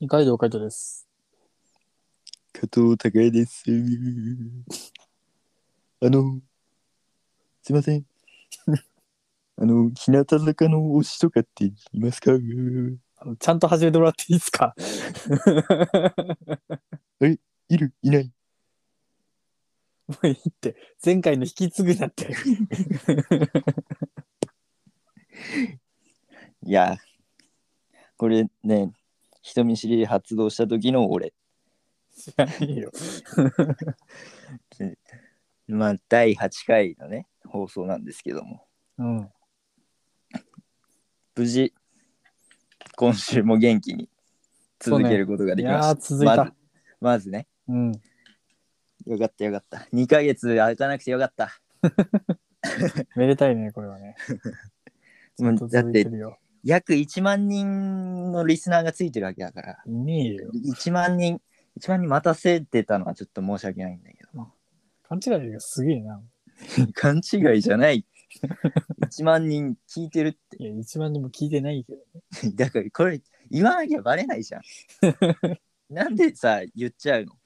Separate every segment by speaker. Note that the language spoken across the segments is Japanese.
Speaker 1: 二階堂海斗です。
Speaker 2: 加藤隆也です。あの、すいません。 あの、日向坂の推しとかって言いますかい
Speaker 1: あのちゃんと始めてもらっていいです か
Speaker 2: るいない
Speaker 1: もういいって、前回の引き継ぐなって。
Speaker 2: いや、これね、人見知り発動した時の俺。
Speaker 1: 知らないよ。
Speaker 2: まあ、第8回のね、放送なんですけども、
Speaker 1: うん。
Speaker 2: 無事、今週も元気に続けることが
Speaker 1: い
Speaker 2: できまし
Speaker 1: や
Speaker 2: た。
Speaker 1: ー、続いた。
Speaker 2: まずまずね、
Speaker 1: うん。
Speaker 2: よかったよかった。2ヶ月開かなくてよかった。
Speaker 1: めでたいね、これは ね。ずっと続いてるよ。
Speaker 2: 約1万人のリスナーがついてるわけだから
Speaker 1: いねえよ。
Speaker 2: 1万人1万人待たせてたのはちょっと申し訳ないんだけども
Speaker 1: 勘違いがすげえな。
Speaker 2: 勘違いじゃない1万人聞いてるっ
Speaker 1: いや、一番でも聞いてないけど。
Speaker 2: てだからこれ言わなきゃバレないじゃんなんでさ言っちゃうの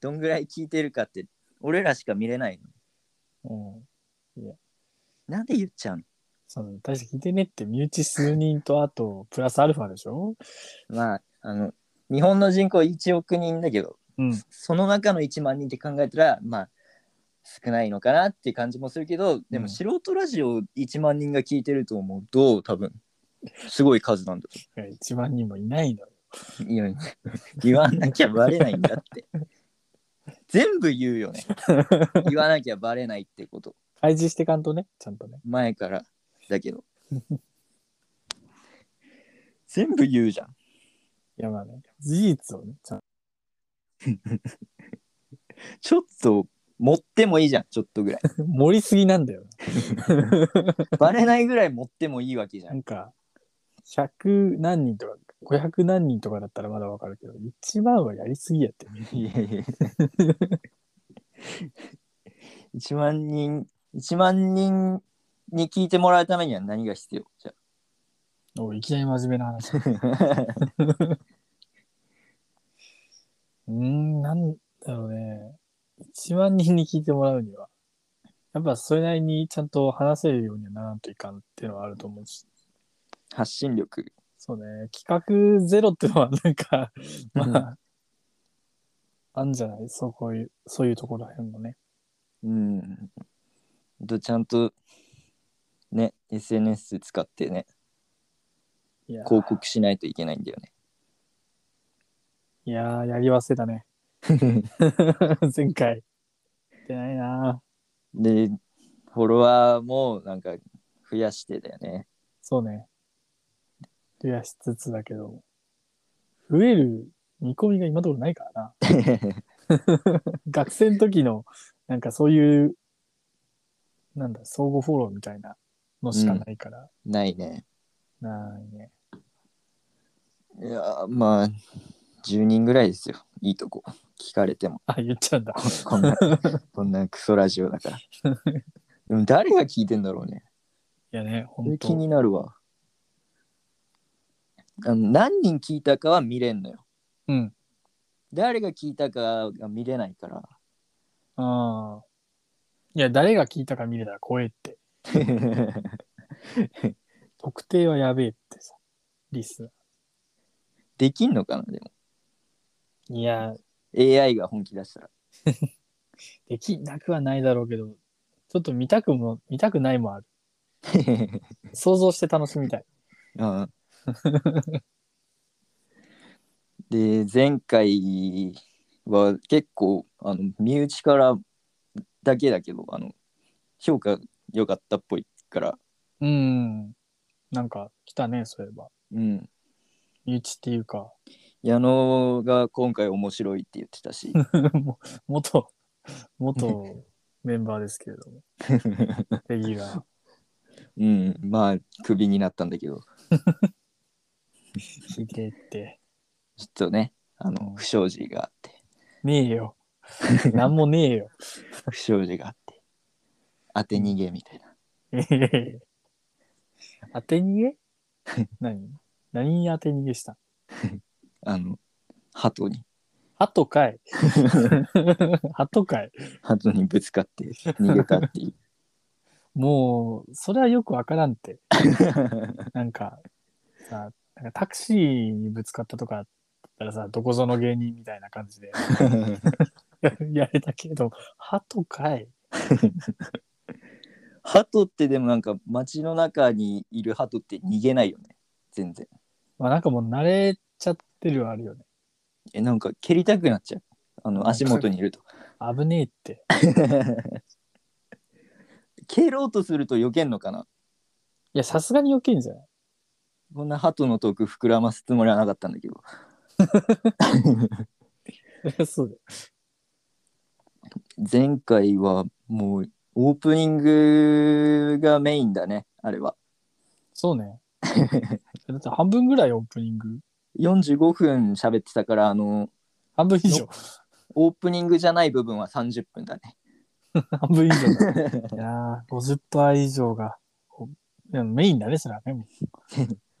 Speaker 2: どんぐらい聞いてるかって俺らしか見れないの
Speaker 1: うん。
Speaker 2: なんで言っちゃうの
Speaker 1: その、大して聞いてねって、身内数人と、あと、プラスアルファでしょ
Speaker 2: まああの日本の人口1億人だけど
Speaker 1: うん。
Speaker 2: その中の1万人って考えたら、まあ、少ないのかなって感じもするけど、で
Speaker 1: う
Speaker 2: も
Speaker 1: ん
Speaker 2: 素人ラジオ1万人が聞いてると思うと、多分、すごい数なんだ
Speaker 1: いや一万人もいないのよ。
Speaker 2: と。いや、言わなきゃバレないんだって。 全部言うよね。言わなきゃバレないってこと。
Speaker 1: 開示してかんとね、ちゃんとね。
Speaker 2: 前からだけど。全部言うじゃん。
Speaker 1: いや、まあね。事実をね、ちゃんと。
Speaker 2: ちょっと持ってもいいじゃん、ちょっとぐらい。
Speaker 1: 盛りすぎなんだよ。
Speaker 2: バレないぐらい持ってもいいわけじゃ。
Speaker 1: なんんか、100何人とか、500何人とかだったらまだわかるけど、1万はやりすぎやって。
Speaker 2: いやいや1万人、1万人に聞いてもらうためには何が必要じゃ
Speaker 1: おいいきなり真面目な話。う
Speaker 2: あ
Speaker 1: ーん、なんだろうね。1万人に聞いてもらうには、やっぱそれなりにちゃんと話せるようにはならんといかんっていうのはあると思うし。
Speaker 2: 発信力。
Speaker 1: そうね、企画ゼロってのはなんか、まあ、あんじゃないそうこういう、そういうところらへんもね。
Speaker 2: うん。とちゃんと、ね、SNS 使ってね、
Speaker 1: いやー、
Speaker 2: 広告しないといけないんだよね。
Speaker 1: いやーやり忘れたね。 前回。出ないなー
Speaker 2: で、フォロワーもなんか増やしてだよね。
Speaker 1: そうね。増やしつつだけど、増える見込みが今のところないからな。学生の時の、なんかそういう、なんだ、相互フォローみたいなのしかないから、
Speaker 2: ないね。
Speaker 1: ないね。
Speaker 2: いやー、まあ、10人ぐらいですよ。いいとこ。聞かれても。
Speaker 1: あ、言っちゃうんだ。
Speaker 2: ここんな、こんなクソラジオだから。でも誰が聞いてんだろうね。
Speaker 1: いやね、
Speaker 2: それ
Speaker 1: 本
Speaker 2: 気
Speaker 1: 当
Speaker 2: になるわ。あの何人聞いたかは見れんのよ。
Speaker 1: うん。
Speaker 2: 誰が聞いたかが見れないから。
Speaker 1: ああ。いや、誰が聞いたか見れたら怖えって。特定はやべえってさ、リス。
Speaker 2: できんのかなでも。
Speaker 1: いや、
Speaker 2: AI が本気出したら。
Speaker 1: できなくはないだろうけど、ちょっと見たくも、見たくないもある。想像して楽しみたい。
Speaker 2: うん、で、前回は結構、あの身内からだけだけど、あの評価良かったっぽいから、
Speaker 1: うん。なんか来たね、そういえば。
Speaker 2: うん。
Speaker 1: 身内っていうか、
Speaker 2: 矢野が今回面白いって言ってたし。
Speaker 1: もう元、元メンバーですけれ ども、レギュラー。
Speaker 2: うん。まあ、クビになったんだけど、
Speaker 1: ひでえって。
Speaker 2: ちょっとね、あの、不祥事があって、
Speaker 1: ねえ よ。なんもねえ よ。
Speaker 2: 不祥事があって、当て逃げみたいな。
Speaker 1: 当て逃げ何何に当て逃げした
Speaker 2: あの鳩に
Speaker 1: 鳩か い。鳩かい。
Speaker 2: 鳩にぶつかって逃げた っていう
Speaker 1: もう、それはよくわからんって。なんか、さ、なんかタクシーにぶつかったとかだったらさ、どこぞの芸人みたいな感じで やれたけど、鳩かい。
Speaker 2: 鳩ってでもなんか街の中にいる鳩って逃げないよね全然
Speaker 1: まあなんかもう慣れちゃってるはあるよね。
Speaker 2: えなんか蹴りたくなっちゃうあの足元にいると
Speaker 1: 危ねえって。
Speaker 2: 蹴ろうとすると避けんのかない
Speaker 1: や、さすがに避けんじゃない
Speaker 2: こんな鳩のトーク膨らますつもりはなかったんだけど
Speaker 1: そりゃそうだよ。
Speaker 2: 前回はもうオープニングがメインだねあれは
Speaker 1: そう ね。だって半分ぐらいオープニング
Speaker 2: 45分喋ってたからあの
Speaker 1: 半分以上。
Speaker 2: オープニングじゃない部分は30分だね
Speaker 1: 半分以上 だ。いやー、50%以上が、こういやメインだね、それはね。も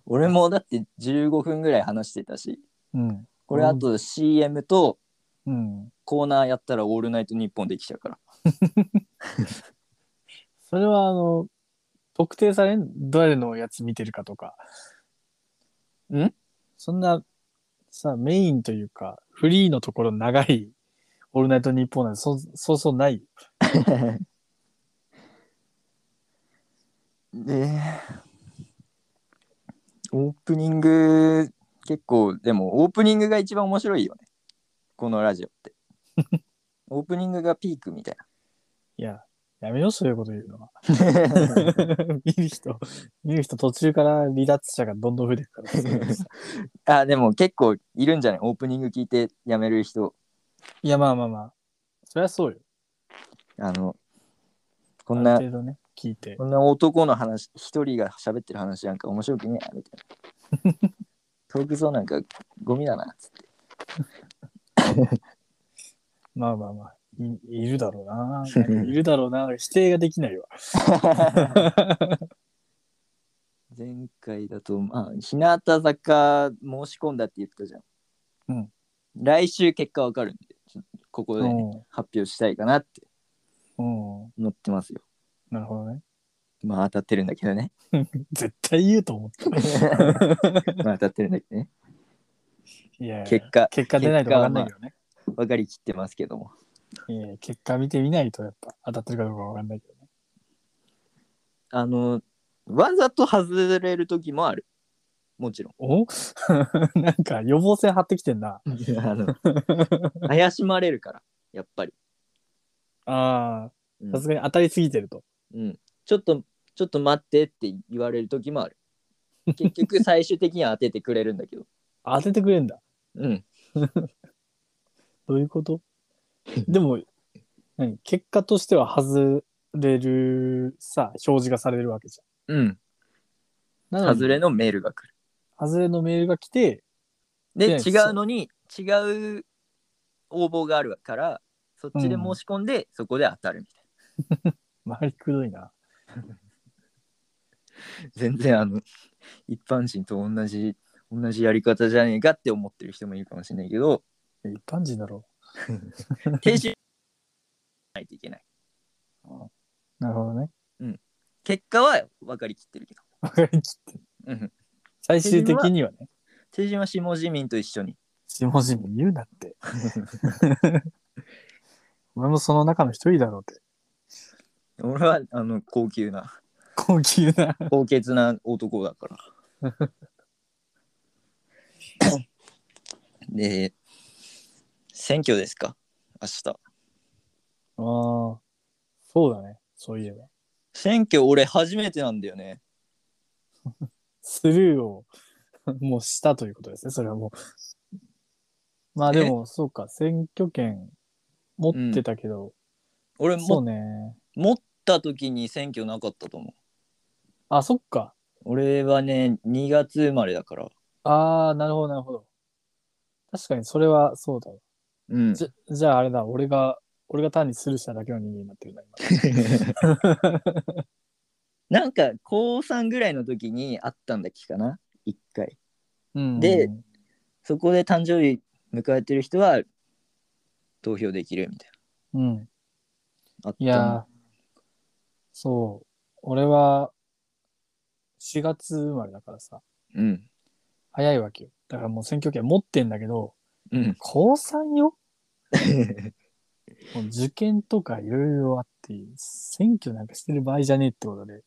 Speaker 2: 俺もだって15分ぐらい話してたし
Speaker 1: ううん。
Speaker 2: これあと CM と
Speaker 1: うん。
Speaker 2: コーナーやったら「オールナイトニッポン」できちゃうから
Speaker 1: それは、あの、特定されん、誰のやつ見てるかとか。
Speaker 2: ん
Speaker 1: そんな、さ、メインというか、フリーのところ長い、オールナイトニッポンなんて、そそうそうないよ。
Speaker 2: でオープニング結構でもオープニングが一番面白いよねこのラジオって オープニングがピークみたい
Speaker 1: いや、やめよう、そういうこと言うのは。
Speaker 2: な
Speaker 1: 見る人、見る人途中から離脱者がどんどん増 えていくから。
Speaker 2: あでも結構いるんじゃないオープニング聞いてやめる人
Speaker 1: いや、まあまあまあ。そりゃそうよ。
Speaker 2: あのこ
Speaker 1: こ
Speaker 2: んな
Speaker 1: 程度ね、聞いて。
Speaker 2: こんな男の話一人が喋ってる話なんか面白くねえやみたいな トークゾーンなんかゴミだなっつって
Speaker 1: まあまあまあ。いいるだろう な。なんかいるだろうな。否定ができないわ。
Speaker 2: 前回だと、まあ、日向坂申し込んだって言ったじゃん。
Speaker 1: うん
Speaker 2: 来週結果わかるんで、ちょここ
Speaker 1: う
Speaker 2: で
Speaker 1: ん。
Speaker 2: 発表したいかなって
Speaker 1: うん。
Speaker 2: 思ってますよ。
Speaker 1: なるほどね。
Speaker 2: まあ当たってるんだけ どね。
Speaker 1: 絶対言うと思った。
Speaker 2: まあ当たってるんだけどね。
Speaker 1: いやいや
Speaker 2: 結果
Speaker 1: 結果出ないと分かんないけどね。
Speaker 2: 分かりきってますけども。
Speaker 1: いやいや結果見てみないとやっぱ当たってるかどうか分かんないけどね。
Speaker 2: あの、わざと外れる時もある。もちろん。
Speaker 1: お なんか予防線張ってきてんな。
Speaker 2: あの 怪しまれるから、やっぱり。
Speaker 1: あ
Speaker 2: う
Speaker 1: あ、
Speaker 2: ん
Speaker 1: さすがに当たりすぎてると。
Speaker 2: うん、ちょっとちょっと待ってって言われる時もある結局最終的には当ててくれるんだけど
Speaker 1: 当ててくれんだ。
Speaker 2: うん
Speaker 1: どういうことでも、何結果としては外れるさ、表示がされるわけじ
Speaker 2: うん
Speaker 1: ゃん。なのに
Speaker 2: 外れのメールが来る
Speaker 1: 外れのメールが来て、い
Speaker 2: で
Speaker 1: や
Speaker 2: 違うのに違う応募があるからそっちで申し込んで、そこで当たるみたい
Speaker 1: 周りくどいな。
Speaker 2: な全然あの一般人と同じ同じやり方じゃねえかって思ってる人もいるかもしれないけ ど
Speaker 1: 一般人だろ。
Speaker 2: 停止しないといけないう
Speaker 1: なるほどね。
Speaker 2: 結果は分かりきってるけど
Speaker 1: わかりきってる
Speaker 2: うん
Speaker 1: 最終的にはね。
Speaker 2: 手島下地民と一緒に
Speaker 1: 下地も言うなって。 俺もその中の一人だろうって。
Speaker 2: 俺はあの高級な
Speaker 1: 高級な。
Speaker 2: 高潔な男だから。 で、選挙ですか明日。
Speaker 1: ああ、そうだね。そういえば。
Speaker 2: 選挙俺初めてなんだよね。
Speaker 1: スルーを もうしたということですね。それはもう。まあでも、そうか。選挙権持ってたけど、
Speaker 2: 俺
Speaker 1: そう
Speaker 2: も、
Speaker 1: ね。
Speaker 2: 持った時に選挙なかったと思う。
Speaker 1: あ、そっか。
Speaker 2: 俺はね、2月生まれだから。
Speaker 1: ああ、なるほど、なるほど。確かに、それはそうだわ。
Speaker 2: うん。
Speaker 1: じゃ、じゃああれだ。俺が、俺が単にスルーしただけの人間になってるな、
Speaker 2: なんか、高3ぐらいの時にあったんだっけかな一回。
Speaker 1: 今。うん
Speaker 2: で、そこで誕生日迎えてる人は投票できるみたい
Speaker 1: うん。
Speaker 2: な。あった
Speaker 1: いやーそう。俺は、4月生まれだからさ、
Speaker 2: うん。
Speaker 1: 早いわけよ。だからもう選挙権持ってんだけど、
Speaker 2: うん。
Speaker 1: 高3よもう受験とかいろいろあって、選挙なんかしてる場合じゃねえってことで、や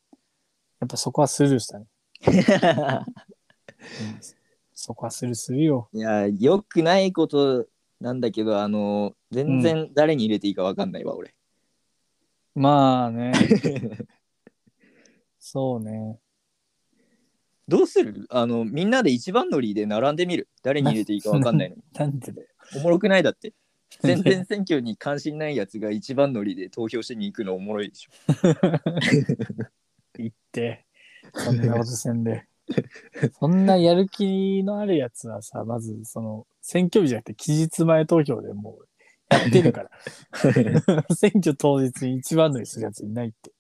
Speaker 1: っぱそこはスルーしたね。うんそこはスルーするよ。
Speaker 2: いや、よくないことなんだけど、あの、全然誰に入れていいかわかんないわ、俺。
Speaker 1: まあね、そうね。
Speaker 2: どうするあの、みんなで一番乗りで並んでみる。誰に入れていいかわかんないのに。
Speaker 1: なんでだよ。
Speaker 2: おもろくないだって。全然選挙に関心ないやつが一番乗りで投票しに行くのおもろいでしょ。
Speaker 1: 行って、そんなことせん で。そんなやる気のあるやつはさ、まず、その、選挙日じゃなくて、期日前投票でもう、やってるから。 選挙当日に一番乗りするやついないって。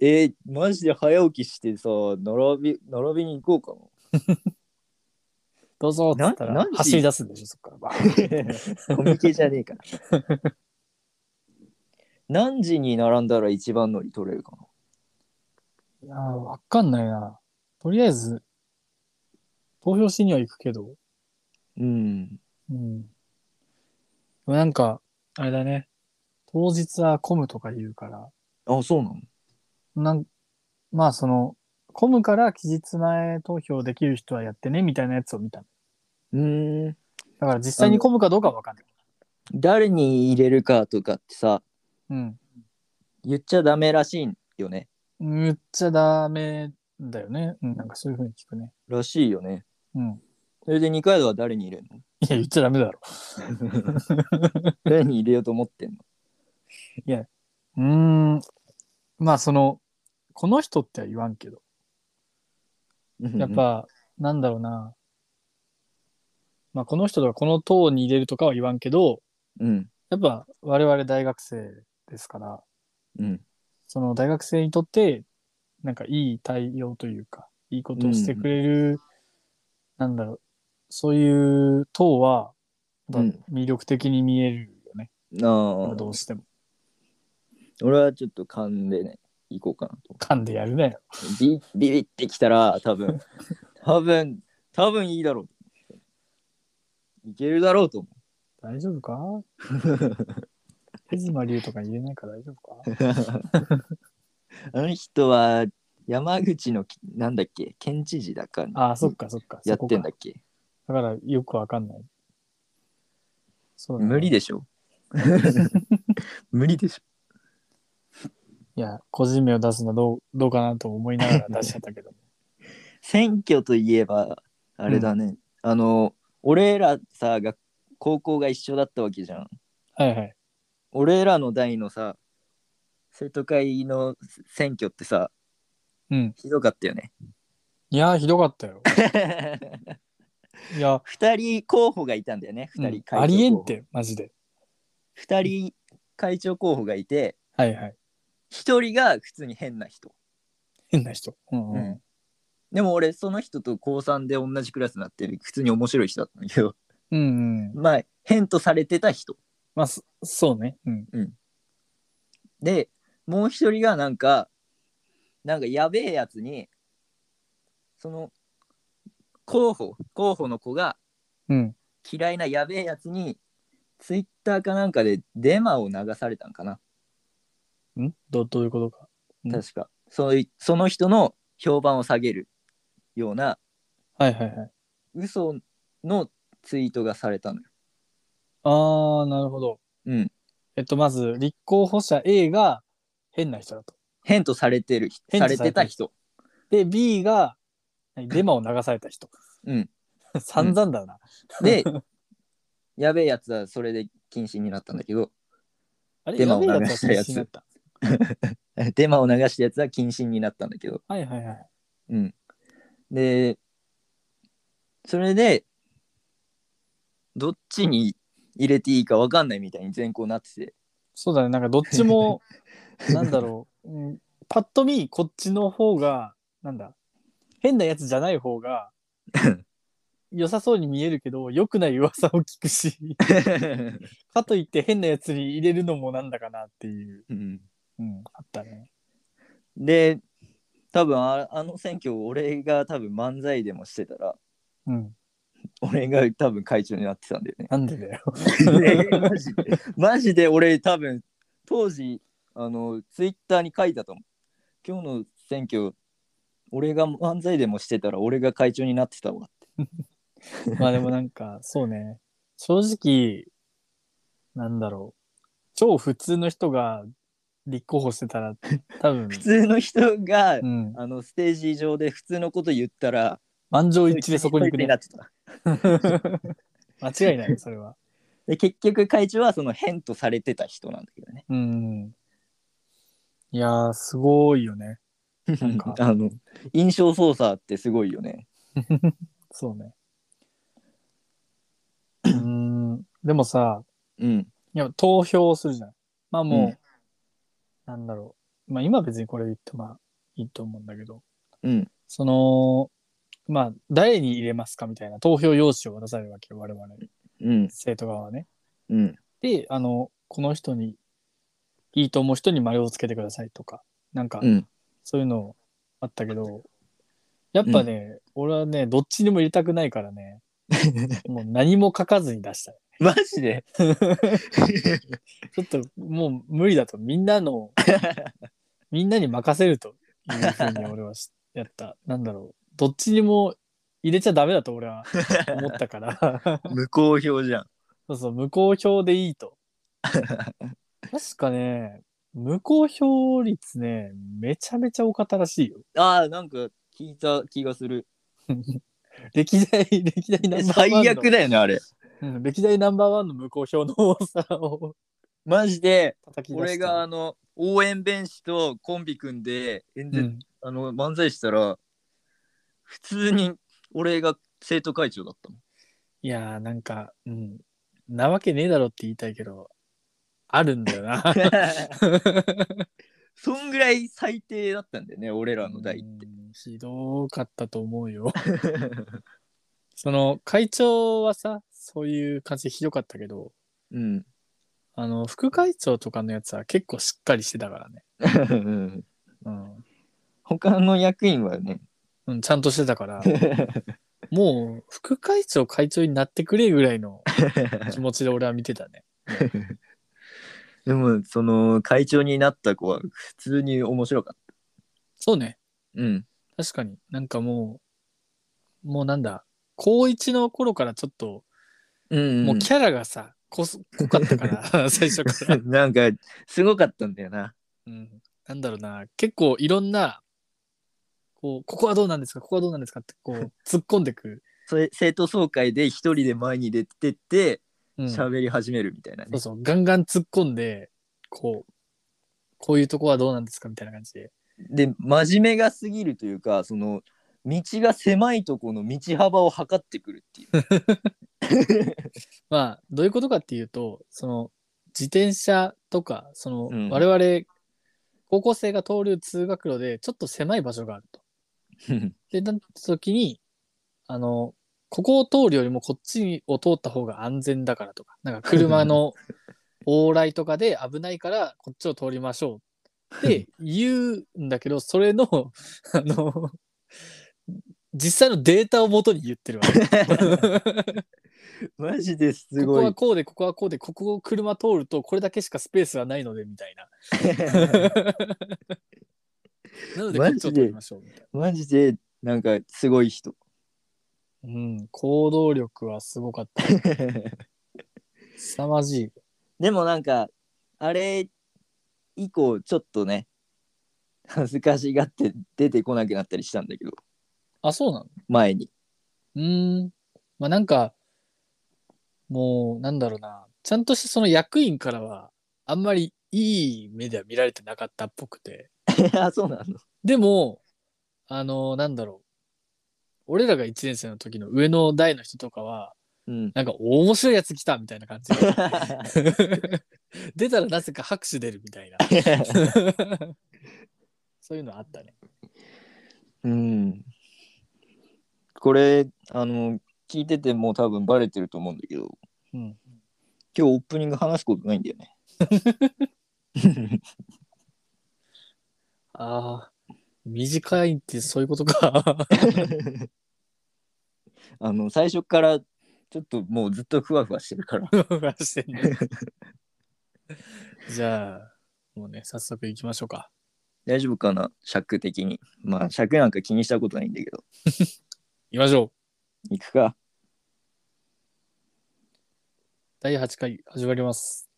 Speaker 2: えー、マジで早起きしてさ、並び、並びに行こうかな。
Speaker 1: どうぞっつった
Speaker 2: な
Speaker 1: ら
Speaker 2: 何、時
Speaker 1: 走り出すんでしょ、そっから。バ ーン
Speaker 2: コミケじゃねえから。何時に並んだら一番乗り取れるかない
Speaker 1: やー、わかんないな。とりあえず、投票しには行くけど、
Speaker 2: うん。
Speaker 1: うん。でもなんか、あれだね。当日は混むとか言うから、
Speaker 2: あ、そうなの
Speaker 1: なん、まあその、混むから期日前投票できる人はやってね、みたいなやつを見たの。
Speaker 2: うーん。
Speaker 1: だから実際に混むかどうかはわかんない。
Speaker 2: 誰に入れるかとかってさ、
Speaker 1: うん。
Speaker 2: 言っちゃダメらしいよね。
Speaker 1: むっちゃダメだよね。うん、なんかそういう風に聞くね。
Speaker 2: らしいよね。
Speaker 1: うん。
Speaker 2: それで二階堂は誰に入れるの
Speaker 1: いや、言っちゃダメだろ。
Speaker 2: 誰に入れようと思ってんの
Speaker 1: うーん。まあその、この人っては言わんけど、やっ、ぱ、なんだろうな。まあこの人とかこの党に入れるとかは言わんけど、
Speaker 2: うん。
Speaker 1: やっぱ我々大学生ですから、
Speaker 2: うん。
Speaker 1: その大学生にとって、なんかいい対応というか、いいことをしてくれる、なんだろう、そういう党は、やっぱ魅力的に見えるよね、
Speaker 2: なあ
Speaker 1: どうしても。
Speaker 2: 俺はちょっと噛んでね、行こうかなと。
Speaker 1: 噛んでやるね。
Speaker 2: ビビビってきたら、多 分多分多分いいだろう。いけるだろうと思
Speaker 1: 大丈夫か手妻龍とか言えないから大丈 夫か
Speaker 2: う。 あの人は山口のき、なんだっけ、県知事だか
Speaker 1: ああ、そっかそっか。
Speaker 2: やってんだっ
Speaker 1: そ
Speaker 2: け。
Speaker 1: こかだからよくわかんない。そうだね
Speaker 2: 無理でしょ。無理でしょ。
Speaker 1: いや、個人名を出すのはどうどうかなと思いながら出しちゃったけ ど。
Speaker 2: 選挙といえば、あれだね。あの、俺らさ、が高校が一緒だったわけじゃん。
Speaker 1: はいはい。
Speaker 2: 俺らの代のさ生徒会の選挙ってさ
Speaker 1: うん。
Speaker 2: ひどかった よね
Speaker 1: いやー、ひどかったよ。いや、
Speaker 2: 二人候補がいたんだよね二
Speaker 1: う
Speaker 2: 人
Speaker 1: ん
Speaker 2: 会長候補
Speaker 1: ありえんって、マジで。
Speaker 2: 二人会長候補がいて
Speaker 1: はいはい。
Speaker 2: 一人が普通に変な人
Speaker 1: 変な人。うん
Speaker 2: うんでも俺その人と高3で同じクラスになってる普通に面白い人だったんだけど
Speaker 1: うん。うんうん。
Speaker 2: まあ変とされてた人
Speaker 1: まあ、そそうね。うん。
Speaker 2: でもう一人がなんかなんかやべえやつにその候補候補の子が
Speaker 1: うん。
Speaker 2: 嫌いなやべえやつにツイッターかなんかでデマを流されたんかな、
Speaker 1: んどどういうことか。うん
Speaker 2: 確かそういその人の評判を下げるような
Speaker 1: はいはいはい。
Speaker 2: 嘘のツイートがされたのよ。
Speaker 1: あー、なるほど。
Speaker 2: うん、
Speaker 1: えっと、まず、立候補者 A が変な人だと。
Speaker 2: 変とされてる
Speaker 1: 変とさ
Speaker 2: され
Speaker 1: れてる
Speaker 2: てた人。
Speaker 1: で、B が、何デマを流された人。
Speaker 2: うん、
Speaker 1: 散々だな。
Speaker 2: でやべえやつはそれで禁止になったんだけど
Speaker 1: あれ
Speaker 2: デマを
Speaker 1: や
Speaker 2: 流
Speaker 1: べえや
Speaker 2: し
Speaker 1: つ
Speaker 2: た
Speaker 1: は
Speaker 2: やつ
Speaker 1: 必死になった。
Speaker 2: デマを流したやつは禁止になったんだけど、
Speaker 1: はいはいはい。
Speaker 2: うん、でそれでどっちに入れていいか分かんないみたいに全校なってて。
Speaker 1: そうだね。なんか、どっちも、 なんだろう。うん、パッと見、こっちの方が、なんだ、変なやつじゃない方が、良さそうに見えるけど、良くない噂を聞く し、かといって変なやつに入れるのもなんだかなっていう、
Speaker 2: うん
Speaker 1: うん、あったね。
Speaker 2: で多分ああの選挙俺が多分漫才でもしてたら
Speaker 1: うん。
Speaker 2: 俺が多分会長になってたんだよね
Speaker 1: なんでだよ。
Speaker 2: でマジでマジで俺多分当時あのツイッターに書いたと思う今日の選挙俺が漫才でもしてたら俺が会長になってたわって
Speaker 1: まあでもなんか、そうね。正直、なんだろう。超普通の人が立候補してたら、多 分、
Speaker 2: 普通の人が、
Speaker 1: うん。
Speaker 2: あのステージ上で普通のこと言ったら
Speaker 1: 満場一致でそこに行く
Speaker 2: に
Speaker 1: ね
Speaker 2: な。ってた
Speaker 1: 間違いない、それは。
Speaker 2: で結局会長はその変とされてた人なんだけ どね
Speaker 1: うん。いやー、すごいよね。 なんか
Speaker 2: あの印象操作ってすごいよね
Speaker 1: そうね。うーん。でもさ、
Speaker 2: うん
Speaker 1: いや投票するじゃん。まあもう、
Speaker 2: うん
Speaker 1: なんだろう。まあ今別にこれ言ってまあいいと思うんだけど、
Speaker 2: うん
Speaker 1: その、まあ誰に入れますかみたいな投票用紙を渡されるわけよ、我々、
Speaker 2: うん
Speaker 1: 生徒側はね。
Speaker 2: うん
Speaker 1: で、あの、この人に、いいと思う人に丸をつけてくださいとか、なんか、
Speaker 2: うん
Speaker 1: そういうのあったけど、やっぱね、俺はね、どっちにも入れたくないからね、もう何も書かずに出したい。
Speaker 2: マジで
Speaker 1: ちょっともう無理だと、みんなの、みんなに任せるというふうに俺はしやった。なんだろう、どっちにも入れちゃダメだと俺は思ったから、
Speaker 2: 無効票じゃん
Speaker 1: そうそう、無効票でいいと。確かね、無効票率ね、めちゃめちゃ多かったらしいよ。
Speaker 2: あーなんか聞いた気がする
Speaker 1: 歴代、歴代ナンバーワン
Speaker 2: 最
Speaker 1: の
Speaker 2: 悪だよねあれ
Speaker 1: うん、歴代ナンバーワンの無効票の多さを
Speaker 2: マジで
Speaker 1: 叩き出した。
Speaker 2: 俺があ、の応援弁士とコンビ組んで演
Speaker 1: う
Speaker 2: 説、
Speaker 1: ん、
Speaker 2: あの漫才したら普通に俺が生徒会長だったもん
Speaker 1: いやーなんか、うん、なわけねえだろって言いたいけど、あるんだよな。
Speaker 2: そんぐらい最低だったんだよね俺らの代って
Speaker 1: うんひどかったと思うよ。 その会長はさ、そういう感じでひどかったけど、
Speaker 2: うん
Speaker 1: あの副会長とかのやつは結構しっかりしてたからね。
Speaker 2: うん
Speaker 1: うん
Speaker 2: 他の役員はね
Speaker 1: うん、ちゃんとしてたから、もう副会長会長になってくれぐらいの気持ちで俺は見てたね。
Speaker 2: でもその会長になった子は普通に面白かっ
Speaker 1: そうね。
Speaker 2: たうん
Speaker 1: 確かに。なんかもう、もうなんだ、高一の頃からちょっと、
Speaker 2: うん
Speaker 1: もうキャラがさ、こす濃かったから、 最初 から。
Speaker 2: なんかすごかったんだよな
Speaker 1: うん。なんだろうな、結構いろんな、こう、ここはどうなんですか、ここはどうなんですかって、こう、突っ込んでく。
Speaker 2: それ生徒総会で一人で前に出てって
Speaker 1: うん。そ
Speaker 2: 喋り始めるみたいなね、
Speaker 1: うそう、ガンガン突っ込んで、こう、こういうとこはどうなんですかみたいな感じで。
Speaker 2: で真面目が過ぎるというかその道が狭いとこの道幅を測ってくるっていう
Speaker 1: まあ、どういうことかっていうと、その、自転車とか、その、
Speaker 2: うん
Speaker 1: 我々、高校生が通る通学路で、ちょっと狭い場所があると。 で、なった時に、あの、ここを通るよりもこっちを通った方が安全だからとか、なんか車 の往来とかで危ないからこっちを通りましょうって言うんだけど、それの、あの、実際のデータをもとに言ってるわけ。
Speaker 2: マジです
Speaker 1: ここ
Speaker 2: ご
Speaker 1: はいこうで、ここはこうで、ここを車通るとこれだけしかスペースがないのでみたい な。なのでこっちを通りましょうみたいな。
Speaker 2: マジでなんかすごい人
Speaker 1: うん、行動力はすごかった。凄まじい。
Speaker 2: でもなんかあれ以降ちょっとね恥ずかしがって出てこなくなったりしたんだけど
Speaker 1: あ、そうなの
Speaker 2: 前に
Speaker 1: うーん。まあなんか、もうなんだろうな。ちゃんとしてその役員からは、あんまりいい目では見られてなかったっぽくて。
Speaker 2: あそうなの
Speaker 1: でも、あの、なんだろう。俺らが1年生の時の上の代の人とかは、
Speaker 2: うん
Speaker 1: なんか面白いやつ来たみたいな感じで。出たらなぜか拍手出るみたいな。そういうのあ ったね。
Speaker 2: うんこれあの昨聞いてても多分バレてると思うんだけど、
Speaker 1: うん。
Speaker 2: 今日オープニング話すことないんだよね。
Speaker 1: ああ、短いってそういうことか。
Speaker 2: あの、最初からちょっともうずっとふわふわしてるから。
Speaker 1: してんねじゃあ、もうね、早速行きましょうか。
Speaker 2: 大丈夫かな尺的に。まあ、尺なんか気にしたことないんだけど。
Speaker 1: 行きましょう。
Speaker 2: 行くか。
Speaker 1: 第8回始まります。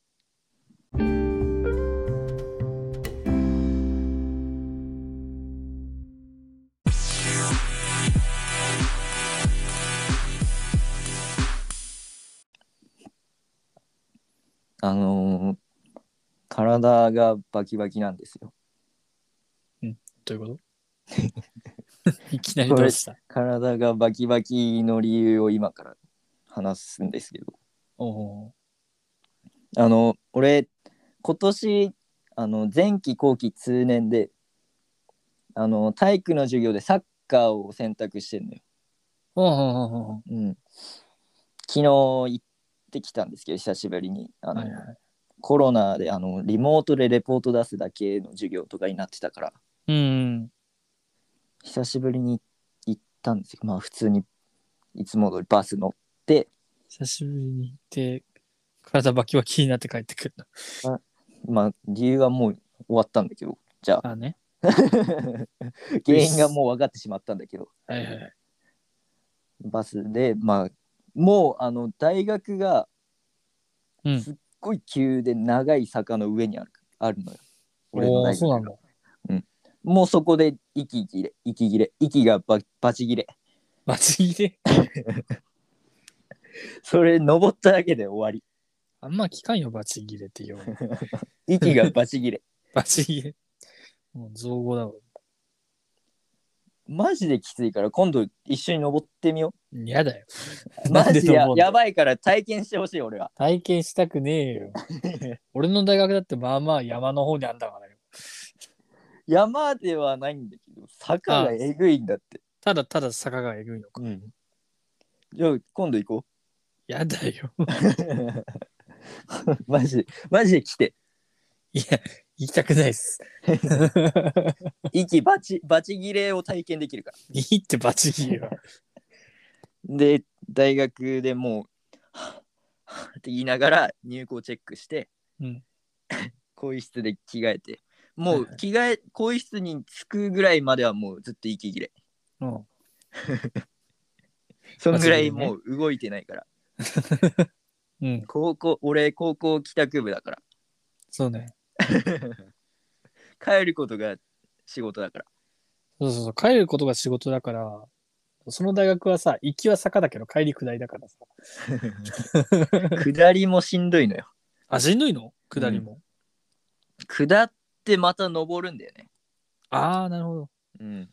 Speaker 2: あのー体がバキバキなんですよ。
Speaker 1: どういうこといきなりどうした
Speaker 2: 体がバキバキの理由を今から話すんですけど。
Speaker 1: おお
Speaker 2: あの、俺、今年、あの、前期後期通年で、あの、体育の授業でサッカーを選択してんのよ。
Speaker 1: ー。おお
Speaker 2: うん。昨日行ってきたんですけど、久しぶりに。あの、
Speaker 1: はいはい。
Speaker 2: コロナで、あの、リモートでレポート出すだけの授業とかになってたから、
Speaker 1: うん。
Speaker 2: 久しぶりに行ったんですよ。まあ、普通に、いつも通りバス乗って、
Speaker 1: 久しぶりに行って、体バキバキになって帰ってくる。
Speaker 2: まあ、理由はもう終わったんだ けど、じゃあ、
Speaker 1: あね。
Speaker 2: 原因がもう分かってしまったんだけど、
Speaker 1: はいはいはい。
Speaker 2: バスで、まあ、もうあの大学が
Speaker 1: うん
Speaker 2: すっごい急で長い坂の上にある,、あるのよ。俺の
Speaker 1: おお、
Speaker 2: 大学
Speaker 1: そうなんだ。
Speaker 2: もうそこで息切れ、息切れ、息がばバチ切れ。
Speaker 1: マジで。
Speaker 2: それ登っただけで終わり。
Speaker 1: あんま聞かんよ、バチギレってよ。
Speaker 2: 息がバチ切れ。
Speaker 1: バチギレ。もう造語だわ。
Speaker 2: マジできついから今度一緒に登ってみよ
Speaker 1: 嫌だよ。
Speaker 2: う。
Speaker 1: な
Speaker 2: マ
Speaker 1: んで
Speaker 2: ジや
Speaker 1: 登んの
Speaker 2: やばいから体験してほしい俺は。
Speaker 1: 体験したくねえよ。俺の大学だってまあまあ山の方にあんだからよ。
Speaker 2: 山ではないんだけど坂がえぐいんだって。
Speaker 1: ただただ坂がえぐいのか。
Speaker 2: うん、じゃあ今度行こう。
Speaker 1: やだよ。
Speaker 2: マジマジで来て
Speaker 1: いや、行きたくないっす。
Speaker 2: 息バチバチ切れを体験できるか
Speaker 1: いいってバチギレ は。
Speaker 2: らで大学でもうはぁはぁって言いながら入校チェックして
Speaker 1: うん。
Speaker 2: 更衣室で着替えても
Speaker 1: はいう
Speaker 2: 着替え更衣室に着くぐらいまではもうずっと息切れ
Speaker 1: うん。
Speaker 2: そ
Speaker 1: バチ
Speaker 2: のぐらい
Speaker 1: 切れね
Speaker 2: もう動いてないから、
Speaker 1: うん。
Speaker 2: 高校俺高校帰宅部だから
Speaker 1: そうね。
Speaker 2: 帰ることが仕事だから
Speaker 1: そうそうそう。帰ることが仕事だから、その大学はさ、行きは坂だけど帰り下りだからさ。
Speaker 2: 下りもしんどいのよ
Speaker 1: あ、しんどいの下りも。
Speaker 2: 下ってまた登るんだよね
Speaker 1: ああ、なるほど。
Speaker 2: うん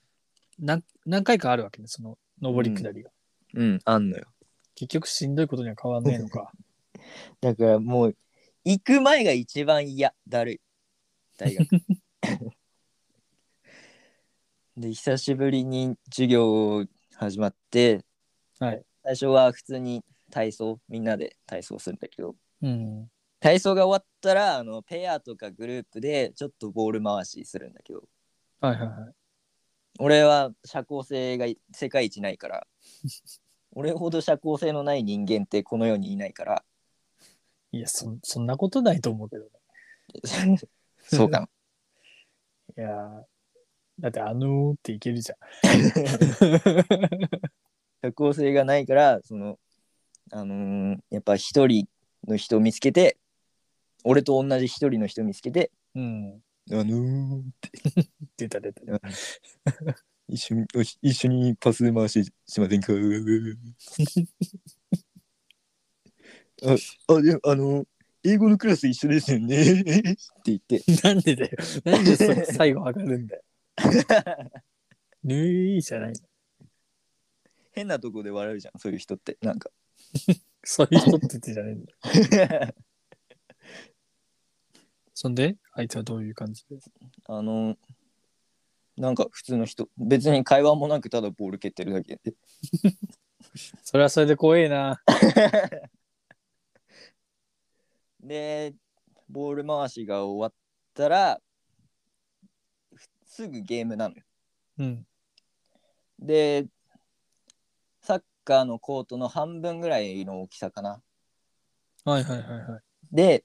Speaker 1: なん何回かあるわけね、その上り下りが。
Speaker 2: うんあんのよ
Speaker 1: 結局しんどいことには変わんないのか。
Speaker 2: だからもう行く前が一番嫌だるい 大学で久しぶりに授業始まって、
Speaker 1: はい
Speaker 2: 最初は普通に体操みんなで体操するんだけど
Speaker 1: うん。
Speaker 2: 体操が終わったらあのペアとかグループでちょっとボール回しするんだけど
Speaker 1: はいはいはい。
Speaker 2: 俺は社交性が世界一ないから 俺ほど社交性のない人間ってこの世にいないから
Speaker 1: いや、そそんなことないと思うけどね。
Speaker 2: そうかない
Speaker 1: やーだってあのーっていけるじゃん。
Speaker 2: 社交性がないからそのあのーやっぱ一人の人を見つけて俺と同じ一人の人を見つけて
Speaker 1: うん。
Speaker 2: 「あのー、
Speaker 1: 出た出た。
Speaker 2: 一緒におし一緒にパス回ししませ んか?あ」あであのー英語のクラス一緒ですよねって言って
Speaker 1: なんでだよ。なんでそれ最後上がるんだよ。 ぬいじゃない。
Speaker 2: 変なとこで笑うじゃんそういう人ってなんか
Speaker 1: そういう人って言ってじゃないんだよ。 そんで、あいつはどういう感じで。
Speaker 2: あのーなんか普通の人別に会話もなくただボール蹴ってるだけで
Speaker 1: それはそれで怖えな。
Speaker 2: で、ボール回しが終わったら、ふすぐゲームなのよ。
Speaker 1: うん。
Speaker 2: で、サッカーのコートの半分ぐらいの大きさかな。
Speaker 1: はいはいはいはい。
Speaker 2: で、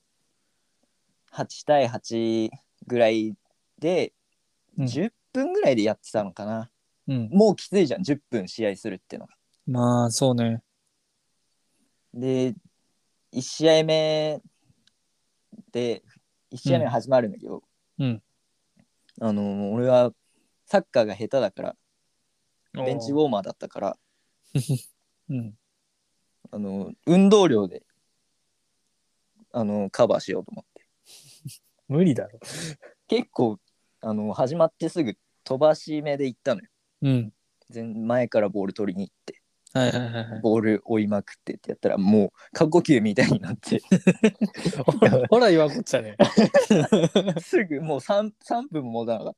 Speaker 2: 8対8ぐらいで、
Speaker 1: うん
Speaker 2: 10分ぐらいでやってたのかな。
Speaker 1: うん。
Speaker 2: もうきついじゃん、10分試合するってのが。
Speaker 1: まあ、そうね。
Speaker 2: で、1試合目で、1試合目が始まるんだけど、
Speaker 1: うん
Speaker 2: あの、俺はサッカーが下手だから、ベンチウォーマーだったから、
Speaker 1: うん。
Speaker 2: あの、運動量で、あの、カバーしようと思って。
Speaker 1: 無理だろ。
Speaker 2: 結構、あの、始まってすぐ飛ばし目で行ったのよ。
Speaker 1: うん。
Speaker 2: 前前からボール取りに行って、
Speaker 1: はいはいはいはい。
Speaker 2: ボール追いまくってってやったら、もう、過呼吸みたいになって、
Speaker 1: ほらほら、言わんこっちゃね。
Speaker 2: すぐもう 3, 3分も持たなかっ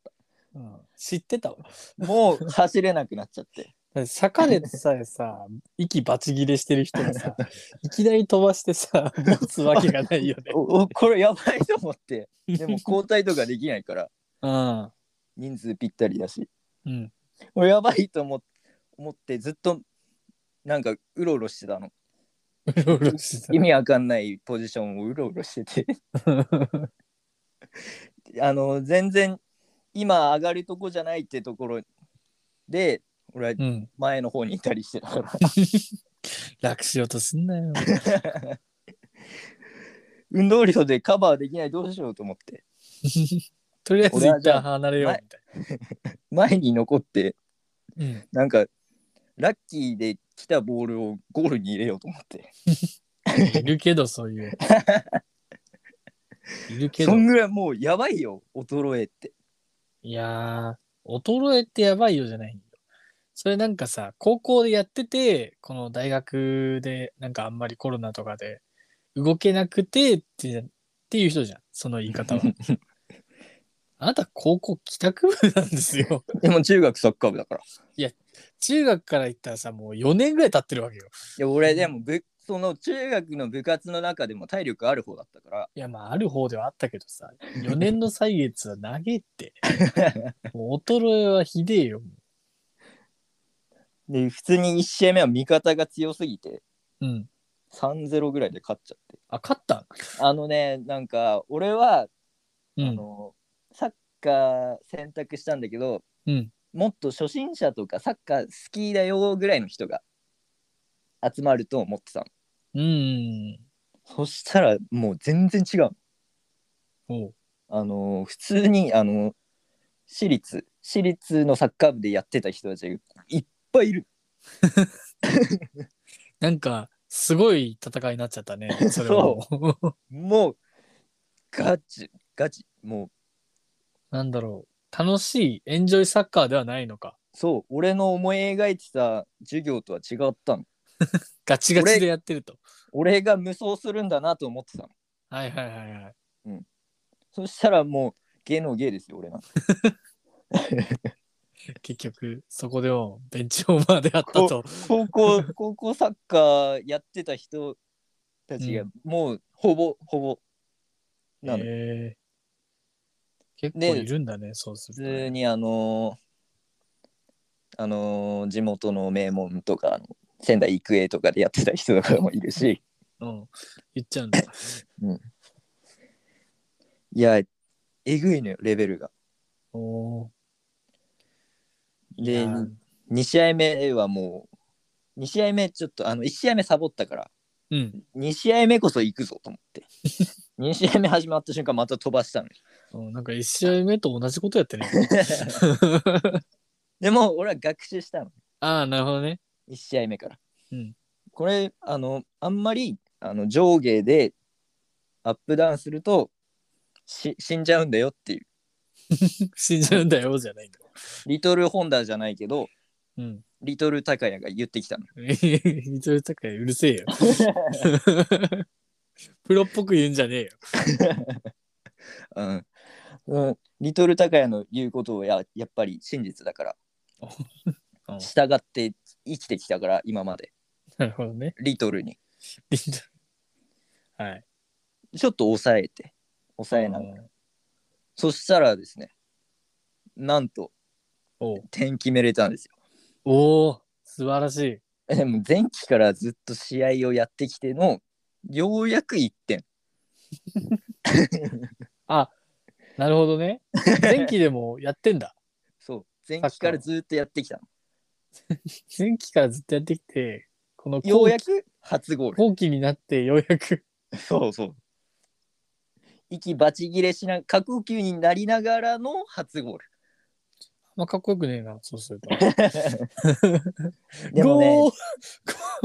Speaker 1: うん知ってたわ。
Speaker 2: た。もう走れなくなっちゃって。
Speaker 1: だって坂でさえさ、息バチ切れしてる人が さ、いきなり飛ばしてさ、持つわけがないよ ね。
Speaker 2: おおこれやばいと思 ってでも交代とかできないから
Speaker 1: うん。
Speaker 2: 人数ぴったりだし
Speaker 1: うん。
Speaker 2: これやばいと思思ってずっとなんかうろうろして たの
Speaker 1: うろうろして
Speaker 2: 意味わかんないポジションをうろうろして
Speaker 1: た。
Speaker 2: てあの全然今上がるとこじゃないってところで俺は
Speaker 1: うん。
Speaker 2: 前の方にいたりしてたから
Speaker 1: 楽しようとすんなよ。
Speaker 2: 運動量でカバーできないどうしようと思って
Speaker 1: とりあえず
Speaker 2: 俺は
Speaker 1: 一
Speaker 2: じゃあ
Speaker 1: 旦離れようみたい
Speaker 2: 前に残って
Speaker 1: な。うん。
Speaker 2: なんかラッキーで来たボールをゴールに入れようと思って。
Speaker 1: いるけど、そういう。 いるけど
Speaker 2: そ。んぐらいもうやばいよ衰えって
Speaker 1: いやー、衰えってやばいよじゃないよ。それなんかさ、高校でやってて、この大学でなんかあんまりコロナとかで動けなくてって、っていう人じゃん。その言い方 は。あなた高校帰宅部なんですよ。
Speaker 2: でも中学サッカー部だから
Speaker 1: 中学から行ったらさ、もう4年ぐらい経ってるわけよ。
Speaker 2: いや俺でもぶその中学の部活の中でも体力ある方だったから
Speaker 1: いや、まあ、ある方ではあったけどさ、4年の歳月は長えって。もう衰えはひでえよ。
Speaker 2: で普通に1試合目は味方が強すぎて
Speaker 1: うん。
Speaker 2: 3-0ぐらいで勝っちゃって
Speaker 1: あ、勝った
Speaker 2: あのねなんか俺は、
Speaker 1: う
Speaker 2: あ
Speaker 1: ん。
Speaker 2: のサッカー選択したんだけど
Speaker 1: うん。
Speaker 2: もっと初心者とかサッカー好きだよぐらいの人が集まると思ってたの
Speaker 1: うん。
Speaker 2: そしたらもう全然違う
Speaker 1: おう。
Speaker 2: あの普通にあの私立私立のサッカー部でやってた人たちがいっぱいいる
Speaker 1: なんか、すごい戦いになっちゃったね。それはもう。
Speaker 2: もうガチガチもう
Speaker 1: なんだろう。楽しい、エンジョイサッカーではないのか。
Speaker 2: そう俺の思い描いてた授業とは違ったの
Speaker 1: ガチガチでやってると。
Speaker 2: 俺が無双するんだなと思ってたの
Speaker 1: はいはいはいはい。
Speaker 2: そしたらもう芸の芸ですよ俺なんて
Speaker 1: 結局、そこでもベンチオーバーであったと。
Speaker 2: 高 校高校サッカーやってた人たちが
Speaker 1: うん
Speaker 2: もうほぼほぼなの
Speaker 1: へえ結構
Speaker 2: で
Speaker 1: いるんだね、そうす
Speaker 2: 普
Speaker 1: るとね、
Speaker 2: 通にあのーあのー地元の名門とかあの仙台育英とかでやってた人とかもいるし
Speaker 1: うん。言っちゃうんだ。
Speaker 2: いやえぐいのよレベルが
Speaker 1: おーい
Speaker 2: で
Speaker 1: やー
Speaker 2: 2試合目はもう2試合目ちょっとあの1試合目サボったから
Speaker 1: うん。
Speaker 2: 2試合目こそ行くぞと思って 2試合目始まった瞬間また飛ばしたのよ
Speaker 1: うんなんか一試合目と同じことやってね。
Speaker 2: でも俺は学習したの
Speaker 1: ああ、なるほどね。
Speaker 2: 1試合目から、
Speaker 1: うん
Speaker 2: これあのあんまりあの上下でアップダウンするとし死んじゃうんだよっていう
Speaker 1: 死んじゃうんだよ、じゃないんだ。
Speaker 2: リトルホンダじゃないけど
Speaker 1: うん。
Speaker 2: リトル高也が言ってきたの
Speaker 1: 見とれたからうるせえよ。 プロっぽく言うんじゃねえよ。
Speaker 2: うん、うん、リトル高也の言うことをややっぱり真実だから
Speaker 1: うん
Speaker 2: 従って生きてきたから今まで
Speaker 1: なるほどね。
Speaker 2: リトルに。
Speaker 1: リトルはい。
Speaker 2: ちょっと抑えて、抑えながら。
Speaker 1: うん
Speaker 2: そしたらですね、なんと
Speaker 1: おう
Speaker 2: 点決めれたんですよ。
Speaker 1: おー素晴らしい。
Speaker 2: でも前期からずっと試合をやってきての、ようやく1点。
Speaker 1: あ、なるほどね。前 期でもやってんだ。
Speaker 2: そう。前期からずっとやってきたの。
Speaker 1: 前期からずっとやってきて、この後期
Speaker 2: ようやく初ゴール。
Speaker 1: 後期になってようやく。
Speaker 2: そうそう。息バチ切れしな、過呼吸になりながらの初ゴール。
Speaker 1: あんまかっこよくねえな、そうすると。
Speaker 2: でもね
Speaker 1: ゴ、ー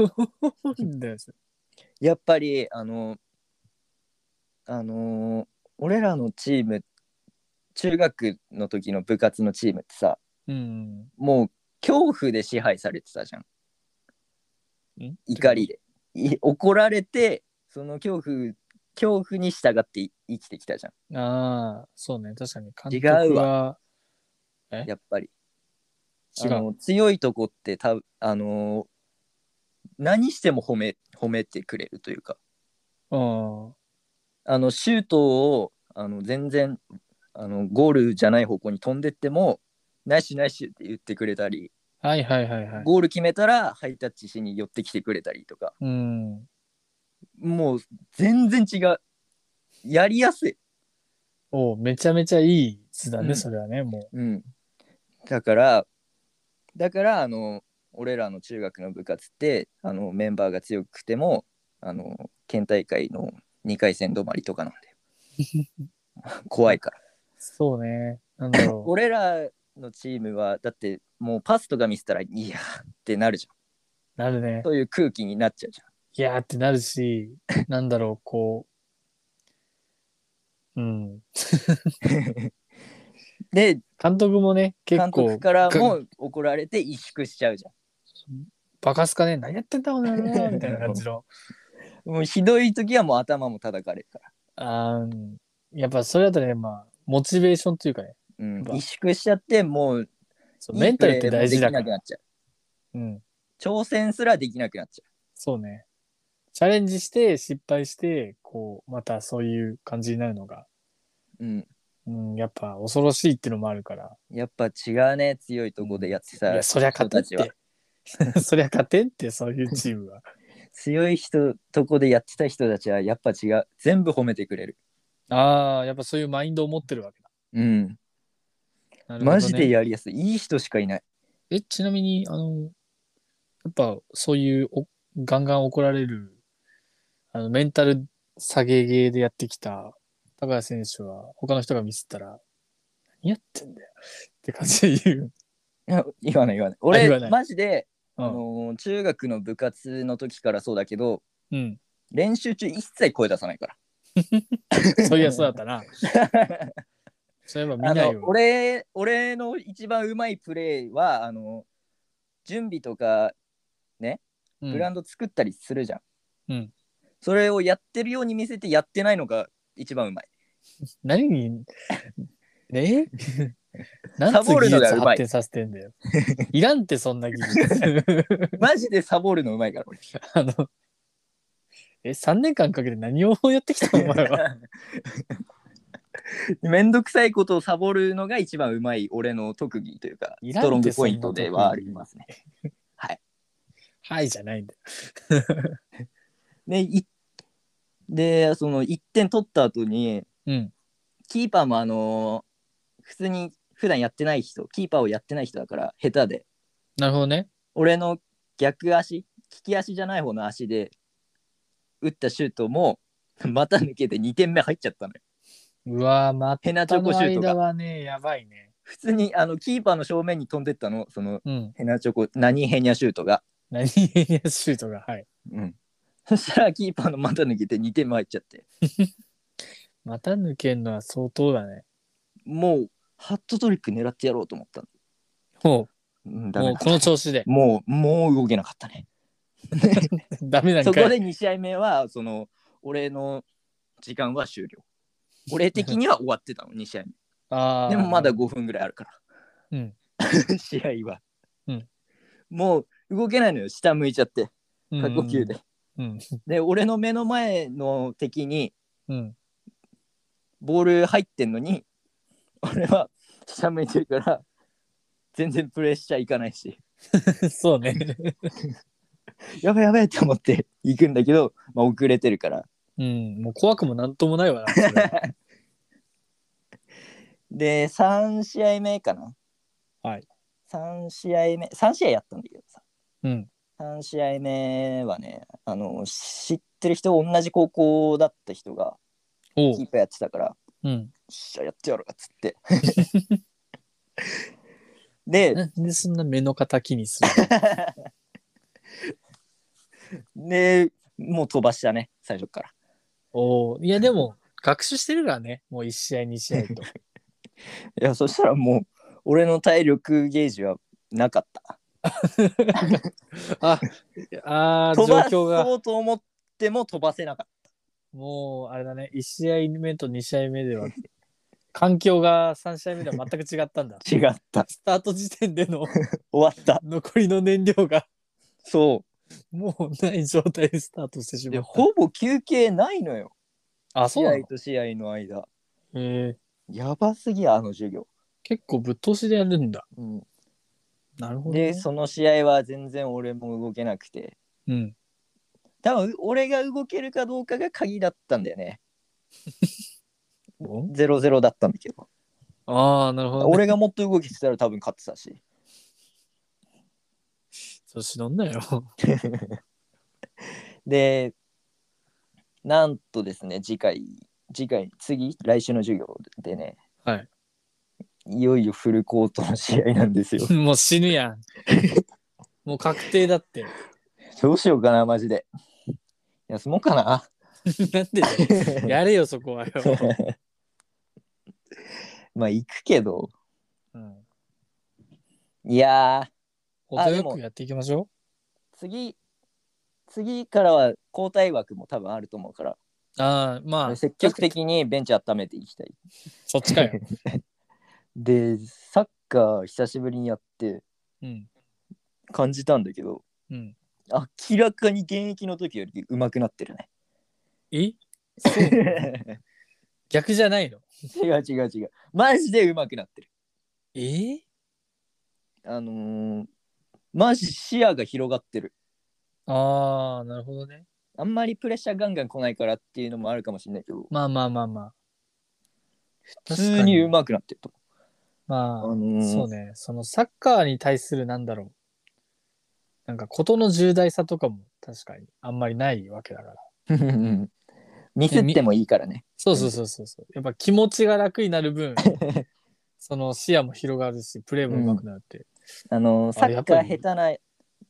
Speaker 1: ゴールだよそれ
Speaker 2: やっぱりあのあのー俺らのチーム中学の時の部活のチームってさ
Speaker 1: うん。
Speaker 2: もう恐怖で支配されてたじゃん
Speaker 1: ん
Speaker 2: 怒りでい怒られてその恐怖恐怖に従ってい生きてきたじゃ
Speaker 1: ああ、そうね、確かに。監督
Speaker 2: 違う
Speaker 1: はえ
Speaker 2: んやっぱり
Speaker 1: 違
Speaker 2: あ
Speaker 1: う。
Speaker 2: の強いとこってたあのー何しても褒め褒めてくれるというか
Speaker 1: うん。
Speaker 2: あのシュートをあの全然あのゴールじゃない方向に飛んでってもナイスナイスって言ってくれたり、
Speaker 1: はいはいはいはい。
Speaker 2: ゴール決めたらハイタッチしに寄ってきてくれたりとか
Speaker 1: うん。
Speaker 2: もう全然違うやりやすい、
Speaker 1: おうめちゃめちゃいい図だね、
Speaker 2: うん
Speaker 1: それはね、も
Speaker 2: うん、だからだからあの俺らの中学の部活ってあのメンバーが強くてもあの県大会の2回戦止まりとかなん で怖いから。
Speaker 1: う。そうね。なんだろう。
Speaker 2: 俺らのチームはだってもうパスとか見せたら「いや」ってなるじゃ
Speaker 1: なるね
Speaker 2: ん。そういう空気になっちゃうじ
Speaker 1: いやーってなるし、 なんだろう、こう。うん。
Speaker 2: ゃんで
Speaker 1: 監督もね、結
Speaker 2: 監
Speaker 1: 構。
Speaker 2: 督から
Speaker 1: が
Speaker 2: も怒られて萎縮しちゃうじゃ
Speaker 1: バカすかね、何やってんだろうな、 みたいな感じの。
Speaker 2: んもうひどい時はもう頭も叩かれるから、
Speaker 1: あーうんやっぱそれだとね、まあ、モチベーションというかね、
Speaker 2: うん、
Speaker 1: まあ
Speaker 2: 萎縮しちゃってもう
Speaker 1: そうメンタルって大事だか
Speaker 2: いいプ
Speaker 1: ら。
Speaker 2: レーもできなくなっちゃう
Speaker 1: うん。
Speaker 2: 挑戦すらできなくなっちゃ
Speaker 1: そうね。チャレンジして、失敗して、こう、またそういう感じになるのが、
Speaker 2: う、うん、
Speaker 1: うん、やっぱ恐ろしいっていうのもあるから。
Speaker 2: やっぱ違うね強いとこでやって
Speaker 1: い
Speaker 2: た
Speaker 1: や、そりゃ勝てん
Speaker 2: 人たち
Speaker 1: って。 そりゃ勝てんって、そういうチー ムは。
Speaker 2: 強い人とこでやってた人たちはやっぱ違う全部褒めてくれる
Speaker 1: ああ、やっぱそういうマインドを持ってるわけだ。
Speaker 2: うん、
Speaker 1: なるほどね
Speaker 2: マジでやりやすいいい人しかいない
Speaker 1: え、ちなみに、あの、やっぱそういうお、ガンガン怒られる、あの、メンタル下げゲーでやってきた高橋選手は、他の人がミスったら、何やってんだよって感じで言う。
Speaker 2: いや言わない言わない
Speaker 1: 言わな
Speaker 2: 俺
Speaker 1: い
Speaker 2: マジで、
Speaker 1: うん
Speaker 2: あのー中学の部活の時からそうだけど
Speaker 1: うん。
Speaker 2: 練習中一切声出さないか
Speaker 1: そういや、そうだっ たな。
Speaker 2: ら
Speaker 1: そういえば見
Speaker 2: あ
Speaker 1: ない
Speaker 2: の
Speaker 1: よ。
Speaker 2: 俺俺の一番うまいプレーはあの準備とか
Speaker 1: うん、
Speaker 2: グラウンド作ったりするじゃん、
Speaker 1: うん
Speaker 2: それをやってるように見せてやってないのが一番う まい
Speaker 1: 何に、 ね何
Speaker 2: サボるのが
Speaker 1: つ技術
Speaker 2: うま
Speaker 1: 発
Speaker 2: い
Speaker 1: 展させてんだよ。いらんって、そんな技術。
Speaker 2: マジでサボるのうまいから俺
Speaker 1: あの、え、3年間かけて何をやってきたのお前 は。
Speaker 2: めんどくさいことをサボるのが一番うまい俺の特技というか
Speaker 1: い
Speaker 2: ス
Speaker 1: らんて
Speaker 2: トロングポイントではありますね
Speaker 1: はいじゃないんだよ。
Speaker 2: で、いで、その1点取った後に、
Speaker 1: うん。
Speaker 2: キーパーもあのー普通に普段やってない人、キーパーをやってない人だから下手で、
Speaker 1: なるほどね。
Speaker 2: 俺の逆足、利き足じゃない方の足で打ったシュートも、 また抜けて2点目入っちゃったのよ。
Speaker 1: うわぁ、ま
Speaker 2: ヘナチ
Speaker 1: た
Speaker 2: ョコ
Speaker 1: の
Speaker 2: シュート
Speaker 1: 間
Speaker 2: が。
Speaker 1: はね、やばいね。
Speaker 2: 普通にあのキーパーの正面に飛んでったの、その
Speaker 1: うん。
Speaker 2: ヘナチョコ、何ヘニャシュートが。
Speaker 1: 何ヘニャシュートが、はい。
Speaker 2: うん。そしたらキーパーのまた抜けて2点目入っちゃって、
Speaker 1: また抜けんのは相当だね。
Speaker 2: もうハットトリック狙ってやろうと思ったの。
Speaker 1: も
Speaker 2: うん、
Speaker 1: う、
Speaker 2: ダメ
Speaker 1: も
Speaker 2: だ。
Speaker 1: うこの調子で
Speaker 2: もう、もう動けなかったね。
Speaker 1: ダメなん
Speaker 2: そ
Speaker 1: か
Speaker 2: こ
Speaker 1: い。
Speaker 2: で2試合目は、その、俺の時間は終了。俺的には終わってたの、2試合
Speaker 1: あ
Speaker 2: 目。
Speaker 1: ー
Speaker 2: でもまだ5分ぐらいあるから。
Speaker 1: うん
Speaker 2: 試合は。
Speaker 1: うん
Speaker 2: もう動けないのよ、下向いちゃって。過呼吸で。
Speaker 1: うん。
Speaker 2: で俺の目の前の敵に
Speaker 1: うん。
Speaker 2: ボール入ってんのに俺は下向いてるから全然プレッシャーいかないし
Speaker 1: そうね。
Speaker 2: やべやべって思って行くんだけど、まあ、遅れてるから
Speaker 1: うん。もう怖くもなんともないわな。それは
Speaker 2: で3試合目かな
Speaker 1: はい
Speaker 2: 3試合目3試合やったんだけどさ
Speaker 1: うん。
Speaker 2: 3試合目はねあの知ってる人同じ高校だった人が
Speaker 1: おう
Speaker 2: キー。パーやってたから
Speaker 1: うん。
Speaker 2: よっしゃやってやるかっつって で
Speaker 1: なんでそんな目の敵にする
Speaker 2: でもう飛ばしたね最初から
Speaker 1: のおう。いや、でも、学習してるからね。もう1試合、2試合と。
Speaker 2: いやそしたらもう俺の体力ゲージはなかった
Speaker 1: あ、あー
Speaker 2: 飛ば
Speaker 1: 状況が。
Speaker 2: そうと思っても飛ばせなかっ
Speaker 1: もう、あれだね。1試合目と2試合目 では、環境が3試合目では全く違ったんだ。
Speaker 2: た違った
Speaker 1: スタート時点での
Speaker 2: 終わった
Speaker 1: 残りの燃料が
Speaker 2: そ
Speaker 1: もうない状態でスタートしてし
Speaker 2: う
Speaker 1: ま
Speaker 2: で
Speaker 1: った。
Speaker 2: ほぼ休憩ないのよ
Speaker 1: あ、そうなの
Speaker 2: 試合と試合の間
Speaker 1: へえ
Speaker 2: やばすぎやあの授業、
Speaker 1: 結構ぶっ通しでやるんだ。
Speaker 2: うん
Speaker 1: なるほど、ね。
Speaker 2: でその試合は全然俺も動けなくて
Speaker 1: うん。
Speaker 2: 多分俺が動けるかどうかが鍵だったんだよね0-0だったんだけど
Speaker 1: ああ、なるほど、ね。
Speaker 2: 俺がもっと動きしてたら多分勝ってたし
Speaker 1: 調子乗んなよ。
Speaker 2: でなんとですね次回次回次来週の授業でね
Speaker 1: はい
Speaker 2: いよいよフルコートの試合なんですよ
Speaker 1: もう死ぬ やん。もう確定だって。
Speaker 2: どうしようかなマジで休もうかな
Speaker 1: なんでだ よやれよ、そこはよ。
Speaker 2: まあ行くけど
Speaker 1: うん。
Speaker 2: いやー
Speaker 1: 程
Speaker 2: で
Speaker 1: よ
Speaker 2: も
Speaker 1: くやっていきましょ
Speaker 2: 次次からは交代枠も多分あると思うから
Speaker 1: う。ああ、まあ、
Speaker 2: 積極的にベンチ温めていきたい
Speaker 1: そっちか よ。
Speaker 2: でサッカー久しぶりにやって
Speaker 1: うん。
Speaker 2: 感じたんだけど
Speaker 1: うん。
Speaker 2: 明らかに現役の時より上手くなって るね
Speaker 1: えそう逆じゃないの
Speaker 2: 違う違う違うマジで上手くなってる
Speaker 1: えー
Speaker 2: あのー、マジ視野が広がってる
Speaker 1: ああ、なるほどね。
Speaker 2: あんまりプレッシャーガンガン来ないからっていうのもあるかもしれないけど
Speaker 1: まあまあまあまあ。
Speaker 2: 普通に上手くなってると
Speaker 1: まあ、
Speaker 2: 思う、あのー
Speaker 1: そうね。そのサッカーに対するなんだろう。なんか事の重大さとかも確かにあんまりないわけだから。
Speaker 2: ミスってもいいからね
Speaker 1: そうそうそうそうそう。やっぱ気持ちが楽になる 分、その視野も広がるし、プレーも上手くなるって。
Speaker 2: あのサ
Speaker 1: あれや
Speaker 2: ッ
Speaker 1: っ
Speaker 2: カ
Speaker 1: ぱ
Speaker 2: ー
Speaker 1: り
Speaker 2: 下手な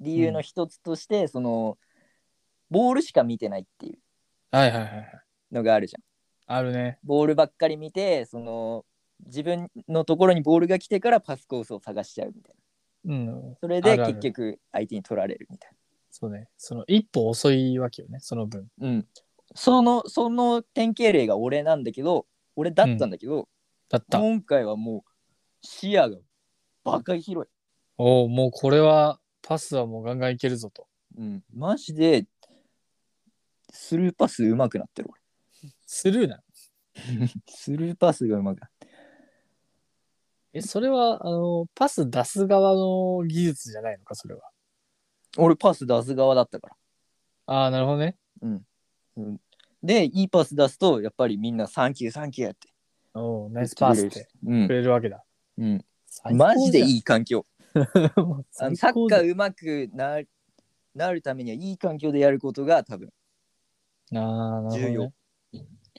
Speaker 2: 理由の一つとして、そのボールしか見てないっていう
Speaker 1: はいはいはいはい。
Speaker 2: のがあるじゃん
Speaker 1: あるね。
Speaker 2: ボールばっかり見てその自分のところにボールが来てからパスコースを探しちゃうみたいな
Speaker 1: うん。
Speaker 2: それ
Speaker 1: あ
Speaker 2: で
Speaker 1: るある
Speaker 2: 結局相手に取られるみたい
Speaker 1: そうね。その一歩遅いわけよね、その分。
Speaker 2: な、うん、そのその典型例が俺なんだけど俺だったんだけど、
Speaker 1: だった。
Speaker 2: 今回はもう視野がバカ広
Speaker 1: おおもうこれは、パスはもうガンガンいけるぞと。
Speaker 2: い、うん、マジでスルーパス上手くなってる
Speaker 1: スルーなの
Speaker 2: 俺スルーパスが上手くなって
Speaker 1: え、それは、あの、パス出す側の技術じゃないのか、それは。
Speaker 2: 俺パス出す側だったから
Speaker 1: ああ、なるほどね。
Speaker 2: でいいパス出すとやっぱりみんナサンキューサンキューって
Speaker 1: おおナイスパスって
Speaker 2: うん
Speaker 1: く、れるわけだ。
Speaker 2: うん、マジでいい環境 あのサッカ
Speaker 1: ー。
Speaker 2: ーうまくななるためにはいい環境でやることが多分
Speaker 1: ああ、なるほど、ね。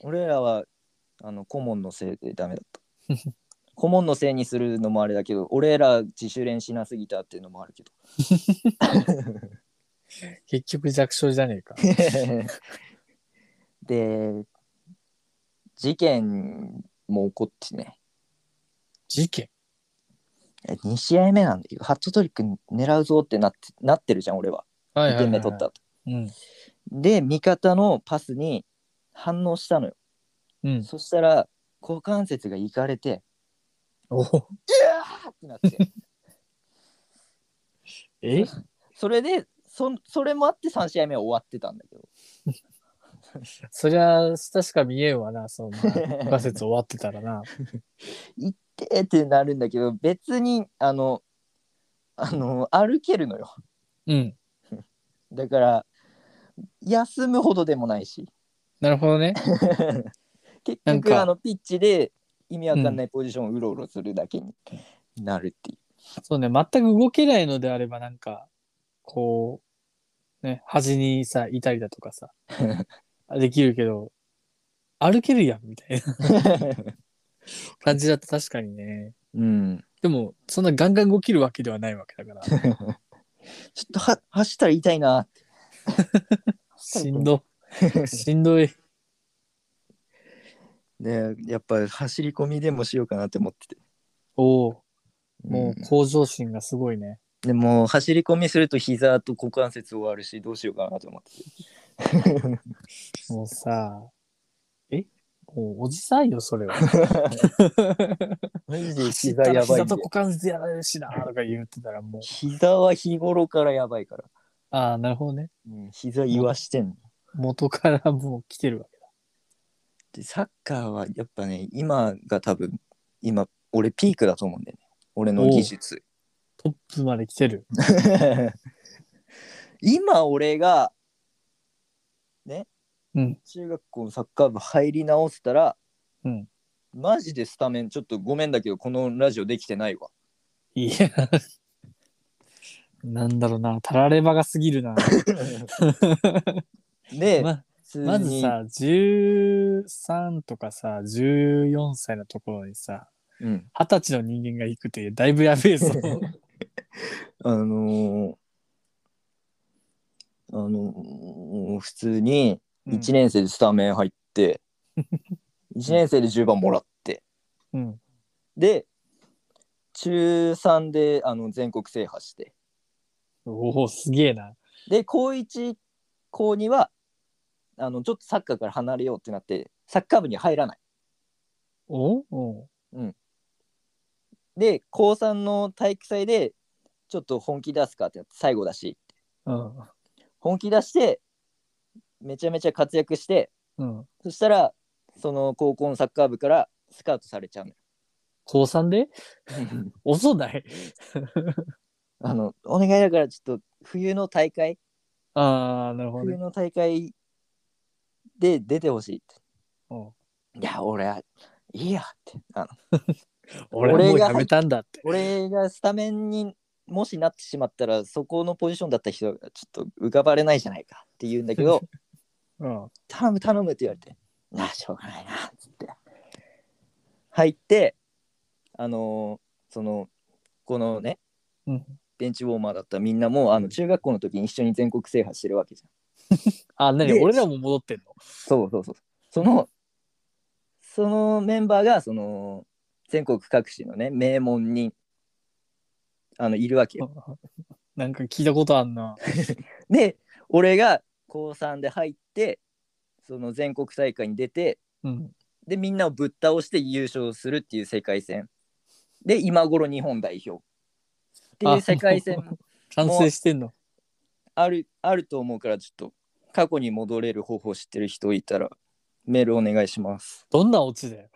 Speaker 2: 俺らはあの顧問のせいでダメだった 顧問のせいにするのもあれだけど俺ら自主練しなすぎたっていうのもあ るけど
Speaker 1: 結局弱小じゃねえか。
Speaker 2: で事件も起こってね
Speaker 1: 事件
Speaker 2: 2試合目なんだけどハットトリック狙うぞってなってなってるじゃん俺は
Speaker 1: はい
Speaker 2: 2点目取った。と
Speaker 1: うん。
Speaker 2: で味方のパスに反応したのよ
Speaker 1: うん。
Speaker 2: そしたら股関節がいかれて
Speaker 1: おお
Speaker 2: 「うわー!」ってなって
Speaker 1: え
Speaker 2: それでそそれもあって3試合目は終わってたんだけど
Speaker 1: そりゃ、下しか見えんわな、 そんな。仮説終わってたらな。
Speaker 2: 行ってってなるんだけど別にあのあの歩けるのよ
Speaker 1: うん。
Speaker 2: だから休むほどでもないし
Speaker 1: なるほどね。
Speaker 2: 結
Speaker 1: なんか
Speaker 2: 局あのピッチで意味わかんないポジションをうろうろするだけになるっていう、
Speaker 1: そうね、全く動けないのであれば、なんか、こう、ね、端にさ、いたりだとか さ、できるけど、歩けるやん、みたいな 感じだと確かにね。
Speaker 2: うん、
Speaker 1: でも、そんなガンガン動けるわけではないわけだから、
Speaker 2: ちょっとは走ったら痛いなって
Speaker 1: しん ど、しんどい。
Speaker 2: ねやっぱ走り込みでもしようかなって思ってて
Speaker 1: おお、も
Speaker 2: も
Speaker 1: う向上心がすごいね。
Speaker 2: うでも走り込みすると膝と股関節終わるしどうしようかなと思ってて
Speaker 1: もうさ、えもうおじさんよ、それ は。
Speaker 2: マジで
Speaker 1: 膝
Speaker 2: 膝やばい
Speaker 1: 膝
Speaker 2: ん
Speaker 1: と
Speaker 2: で
Speaker 1: 股関節やられるしな、とか言ってたらもう。
Speaker 2: 膝は日頃からやばいから、
Speaker 1: ああ、なるほどね。
Speaker 2: うん、膝言わしてんの
Speaker 1: 元からもう来てるわけだ。
Speaker 2: でサッカーはやっぱね今が多分今俺ピークだと思うんだよね俺の技術
Speaker 1: トップまで来てる。
Speaker 2: 今俺がね、
Speaker 1: うん
Speaker 2: 中学校のサッカー部入り直せたら、
Speaker 1: うん
Speaker 2: マジでスタメンちょっとごめんだけどこのラジオできてないわ
Speaker 1: いや。 なんだろうな、たらればがすぎる な。
Speaker 2: で、
Speaker 1: ま
Speaker 2: 普通に
Speaker 1: まずさ、13とかさ、14歳のところにさ、
Speaker 2: うん、
Speaker 1: 二十歳の人間が行くって、だいぶやべ えぞ。
Speaker 2: あのーあのー普通に1年生でスタメン入って、1年生で10番もらって
Speaker 1: うん。
Speaker 2: で中3であの全国制覇して
Speaker 1: おお、すげえな。
Speaker 2: で高1高2はあのちょっとサッカーから離れようってなってサッカー部に入らない
Speaker 1: おお
Speaker 2: で高3の体育祭でちょっと本気出すかってなって最後だし
Speaker 1: うん。
Speaker 2: 本気出してめちゃめちゃ活躍して
Speaker 1: うん。
Speaker 2: そしたらその高校のサッカー部からスカウトされちゃうのよ
Speaker 1: 高3で 遅ない
Speaker 2: あのお願いだからちょっと冬の大会
Speaker 1: ああ、なるほどね。
Speaker 2: 冬の大会で出てほしいって
Speaker 1: うん
Speaker 2: いや、俺は、いいやって。あの
Speaker 1: 俺はもうやめたんだって。
Speaker 2: 俺がスタメンにもしなってしまったら、そこのポジションだった人がちょっと浮かばれないじゃないかって言うんだけど、
Speaker 1: うん。
Speaker 2: 頼む頼むって言われて、なあ、しょうがないな、つって。入って、あのーその、このね、
Speaker 1: うん
Speaker 2: ベンチウォーマーだったみんなも、あの中学校の時に一緒に全国制覇してるわけじゃん。
Speaker 1: あ、なに
Speaker 2: で
Speaker 1: 俺らも戻ってんの
Speaker 2: そうそうそう。その、そのメンバーが、その、全国各地のね、名門に、あの、いるわけよ。
Speaker 1: なんか聞いたことあんな。
Speaker 2: で、俺が高3で入って、その全国大会に出て、
Speaker 1: うん。
Speaker 2: で、みんなをぶっ倒して優勝するっていう世界戦。で、今頃日本代表。っていう世界
Speaker 1: あ
Speaker 2: 戦
Speaker 1: 完成してんの。
Speaker 2: ある、あると思うから、ちょっと、過去に戻れる方法知ってる人いたら、メールお願いします。
Speaker 1: どんなオチだよ。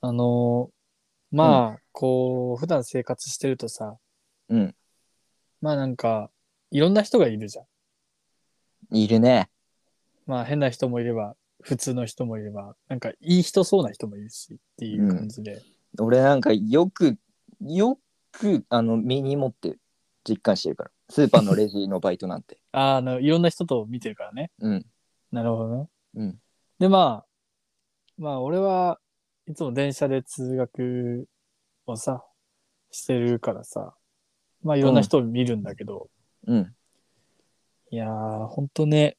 Speaker 1: あのーまあ、こう普段生活してるとさ
Speaker 2: うん。
Speaker 1: まあなんかいろんな人がいるじゃん。
Speaker 2: いるね。
Speaker 1: まあ変な人もいれば普通の人もいればなんかいい人そうな人もいるしっていう感じで、
Speaker 2: 俺なんかよくよくあの身に持って実感してるからスーパーのレジのバイトなん て
Speaker 1: あーあのいろんな人と見てるからね
Speaker 2: うん
Speaker 1: なるほどね
Speaker 2: うん
Speaker 1: でまあまあ俺はいつも電車で通学をさしてるからさまあいろんな人を見るんだけど、
Speaker 2: うん
Speaker 1: いやーほんとね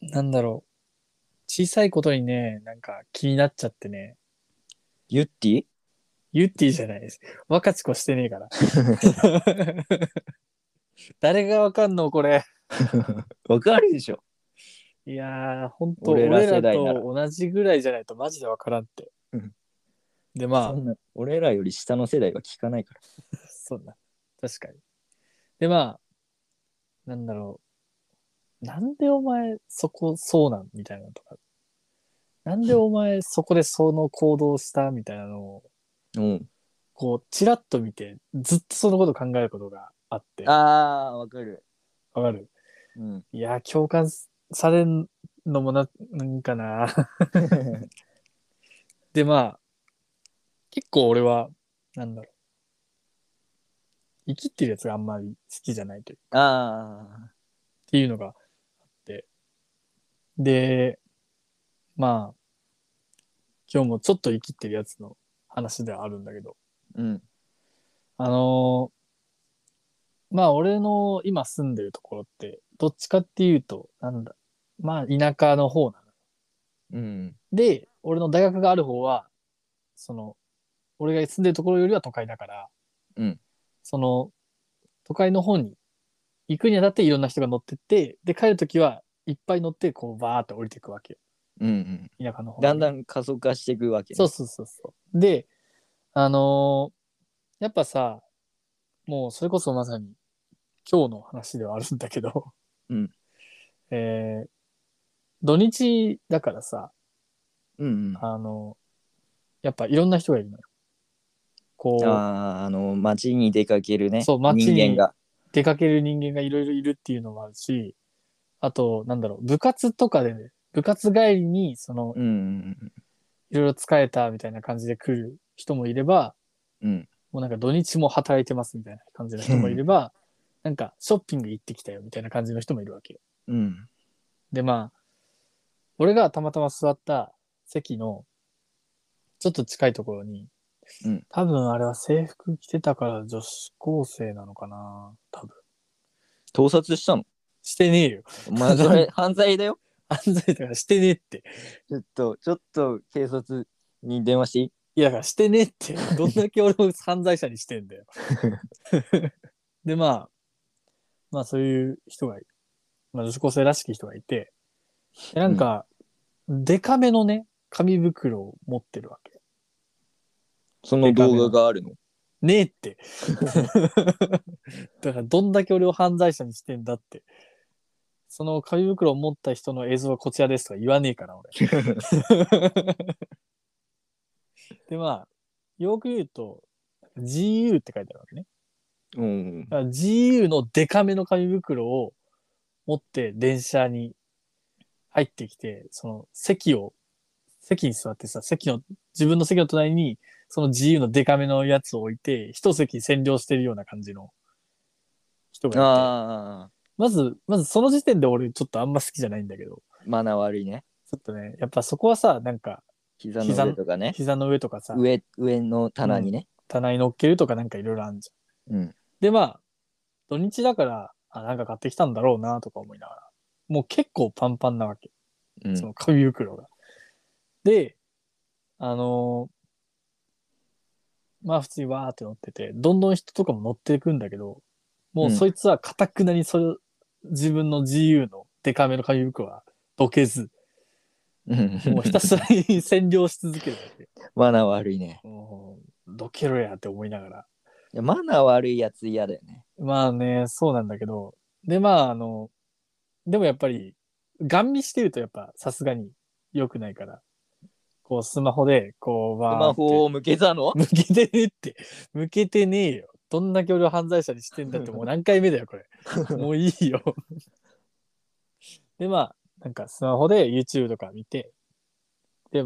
Speaker 1: なんだろう小さいことにねなんか気になっちゃってね
Speaker 2: ユッティ
Speaker 1: ユッティじゃないです。若智子してねえ から。誰がわかんのこれ。
Speaker 2: わかるでしょ。
Speaker 1: いやー、ほんと、
Speaker 2: 俺
Speaker 1: 俺
Speaker 2: ら
Speaker 1: ら
Speaker 2: 世代なら
Speaker 1: と同じぐらいじゃないとマジでわからんって。
Speaker 2: うん
Speaker 1: で、ま
Speaker 2: そ
Speaker 1: あ、
Speaker 2: んな俺らより下の世代は聞かないから。
Speaker 1: そんな。確かに。で、まあ、なんだろう。なんでお前そこそうなんみたいなのとか。なんでお前そこでその行動したみたいなのを、
Speaker 2: うん、
Speaker 1: こう、チラッと見て、ずっとそのこと考えることがあって。わ
Speaker 2: ああ、わかる。
Speaker 1: かる
Speaker 2: うん、
Speaker 1: いやー、共感されんのもな、なんかな。で、まあ、結構俺は、なんだろう。生きってるやつがあんまり好きじゃないという
Speaker 2: あ
Speaker 1: っていうのがあって。で、まあ、今日もちょっと生きってるやつの話ではあるんだけど、
Speaker 2: あ、うん、
Speaker 1: あのーまあ俺の今住んでるところって、どっちかっていうと、なんだ、まあ田舎の方なの。
Speaker 2: うん、
Speaker 1: で、俺の大学がある方は、その、俺が住んでるところよりは都会だから、
Speaker 2: うん
Speaker 1: その、都会の方に行くにあたっていろんな人が乗ってって、で、帰るときはいっぱい乗って、こう、バーって降りていくわけよ。
Speaker 2: うん、うん。
Speaker 1: 田舎の方に
Speaker 2: だんだん加速化していくわけね、
Speaker 1: そうそうそうそう。で、あのーやっぱさ、もうそれこそまさに今日の話ではあるんだけど、
Speaker 2: うん。
Speaker 1: えー土日だからさ、
Speaker 2: うん、うん。
Speaker 1: あのやっぱいろんな人がいるのよ。こ
Speaker 2: あ
Speaker 1: う、
Speaker 2: あ、あの、街に出かけるね。
Speaker 1: そう街に
Speaker 2: 人間が。
Speaker 1: 出かける人間がいろいろいるっていうのもあるし、あと、なんだろう、部活とかでね、部活帰りに、その、
Speaker 2: うん、うん
Speaker 1: いろいろ疲れたみたいな感じで来る人もいれば、
Speaker 2: うん、うん。
Speaker 1: もうなんか土日も働いてますみたいな感じの人もいれば、なんかショッピング行ってきたよみたいな感じの人もいるわけよ。
Speaker 2: うん、
Speaker 1: でまあ、俺がたまたま座った席のちょっと近いところに、
Speaker 2: うん
Speaker 1: 多分あれは制服着てたから女子高生なのかな多分。
Speaker 2: 盗撮したの
Speaker 1: してねえよ。
Speaker 2: お前それ犯罪だよ。
Speaker 1: 犯罪だからしてねえって。
Speaker 2: ちょっと、ちょっと警察に電話していい
Speaker 1: いやだからしてねえって。どんだけ俺を犯罪者にしてん だよ。でまあ、まあそういう人が、まあ女子高生らしき人がいて、でなんか、デカめのね、紙袋を持ってるわけ。
Speaker 2: その動画があるの。
Speaker 1: ねえって。 だからどんだけ俺を犯罪者にしてんだって。その紙袋を持った人の映像はこちらですとか言わねえから 俺。でまあ、よく言うと、GU って書いてあるわけね。
Speaker 2: うん。
Speaker 1: だから GU のデカめの紙袋を持って電車に入ってきて、その席を、席に座ってさ、席の、自分の席の隣に、その GU のデカめのやつを置いて、一席占領してるような感じの人がいて、
Speaker 2: ああ、
Speaker 1: まず、まずその時点で俺ちょっとあんま好きじゃないんだけど、
Speaker 2: マナー悪いね。
Speaker 1: ちょっとね、やっぱそこはさ、なんか、
Speaker 2: 膝の上とかね。
Speaker 1: 膝の上とかさ、
Speaker 2: 上、上の棚にね。
Speaker 1: 棚に乗っけるとかなんかいろいろあるじゃん。
Speaker 2: うん。
Speaker 1: で、まあ、土日だから、あ、なんか買ってきたんだろうな、とか思いながら。もう結構パンパンなわけ。
Speaker 2: うん
Speaker 1: その紙袋が。で、あのーまあ普通にわーって乗ってて、どんどん人とかも乗っていくんだけど、もうそいつはかたくなにそれ、自分の GU のデカめの紙袋はどけず、もうひたすらに 占領し続けるわけ。
Speaker 2: マナー悪いね。
Speaker 1: もうどけろやって思いながら。
Speaker 2: いやマナー悪いやつ嫌だよね。
Speaker 1: まあね、そうなんだけど。で、まあ、あの、でもやっぱり、ガン見してるとやっぱさすがに良くないから、こうスマホで、こう、
Speaker 2: ス
Speaker 1: わーって
Speaker 2: マホを向けたの
Speaker 1: 向けてねって、向けてねえよ。どんだけ俺を犯罪者にしてんだって、もう何回目だよ、これ。もういいよ。で、まあ、なんかスマホで YouTube とか見て、で、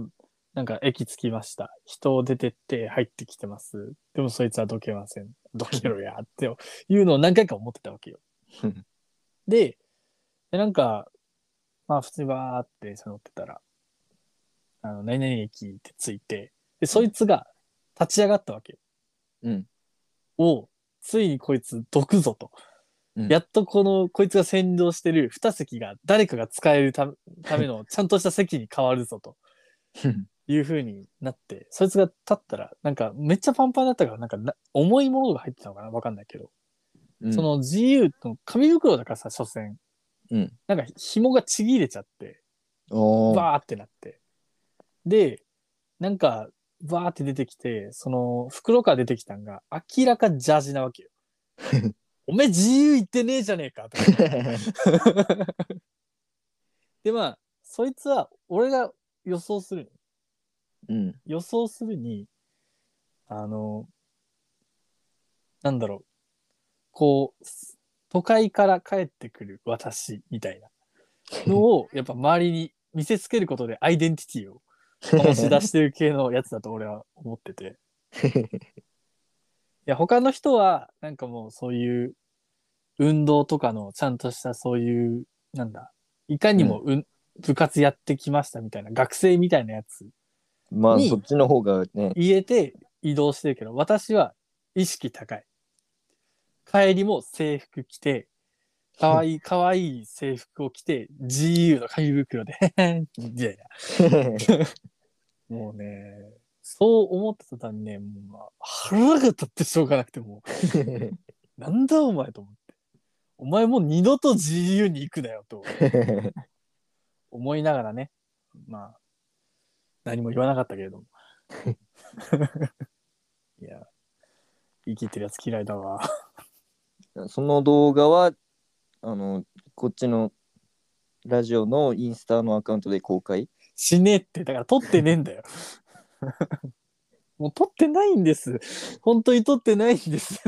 Speaker 1: なんか駅着きました。人出てって入ってきてます。でもそいつはどけません。どけろや、っていうのを何回か思ってたわけよ。で、でなんか、まあ普通にわーって乗ってたら、あの、何々駅って着いて、で、そいつが立ち上がったわけよ。
Speaker 2: うん。
Speaker 1: を、ついにこいつ、どくぞと。
Speaker 2: うん
Speaker 1: やっとこの、こいつが占領してる二席が誰かが使えるたための、ちゃんとした席に変わるぞと。いう風になって、そいつが立ったら、なんかめっちゃパンパンだったから、なんかな重いものが入ってたのかなわかんないけど、
Speaker 2: うん
Speaker 1: そ、の GU の紙袋だからさ、所詮。
Speaker 2: うん。
Speaker 1: なんか紐がちぎれちゃって、
Speaker 2: おー
Speaker 1: バーってなって。で、なんか、バーって出てきて、その袋から出てきたんが、明らかジャージなわけよ。おめえ自由言ってねえじゃねえかとかで、まあ、そいつは、俺が予想するに
Speaker 2: うん。
Speaker 1: 予想するに、あの、なんだろう、こう、す都会から帰ってくる私みたいなのを、やっぱ周りに見せつけることでアイデンティティを醸し出してる系のやつだと俺は思って て。いや、他の人は、なんかもうそういう、運動とかのちゃんとしたそういう、なんだ、いかにもうん、部活やってきましたみたいな、学生みたいなやつ
Speaker 2: まあ、
Speaker 1: に
Speaker 2: そっちの方が ね、
Speaker 1: 入れて移動してるけど、私は意識高い。帰りも制服着て、かわい い、かわいい制服を着て、GU の紙袋で、みた いな。もうね、そう思ってた途端にね、もうまあ腹が立ってしょうがなくて、もう、なんだお前と思って。お前もう二度と GU に行くなよと思いながらね、まあ、何も言わなかったけ れども。いや、生きてるやつ嫌いだわ。
Speaker 2: その動画は、あの、こっちのラジオのインスタのアカウントで 公開。
Speaker 1: しねえって、だから撮ってねえんだよ。もう撮ってないんです。本当に撮ってないん です。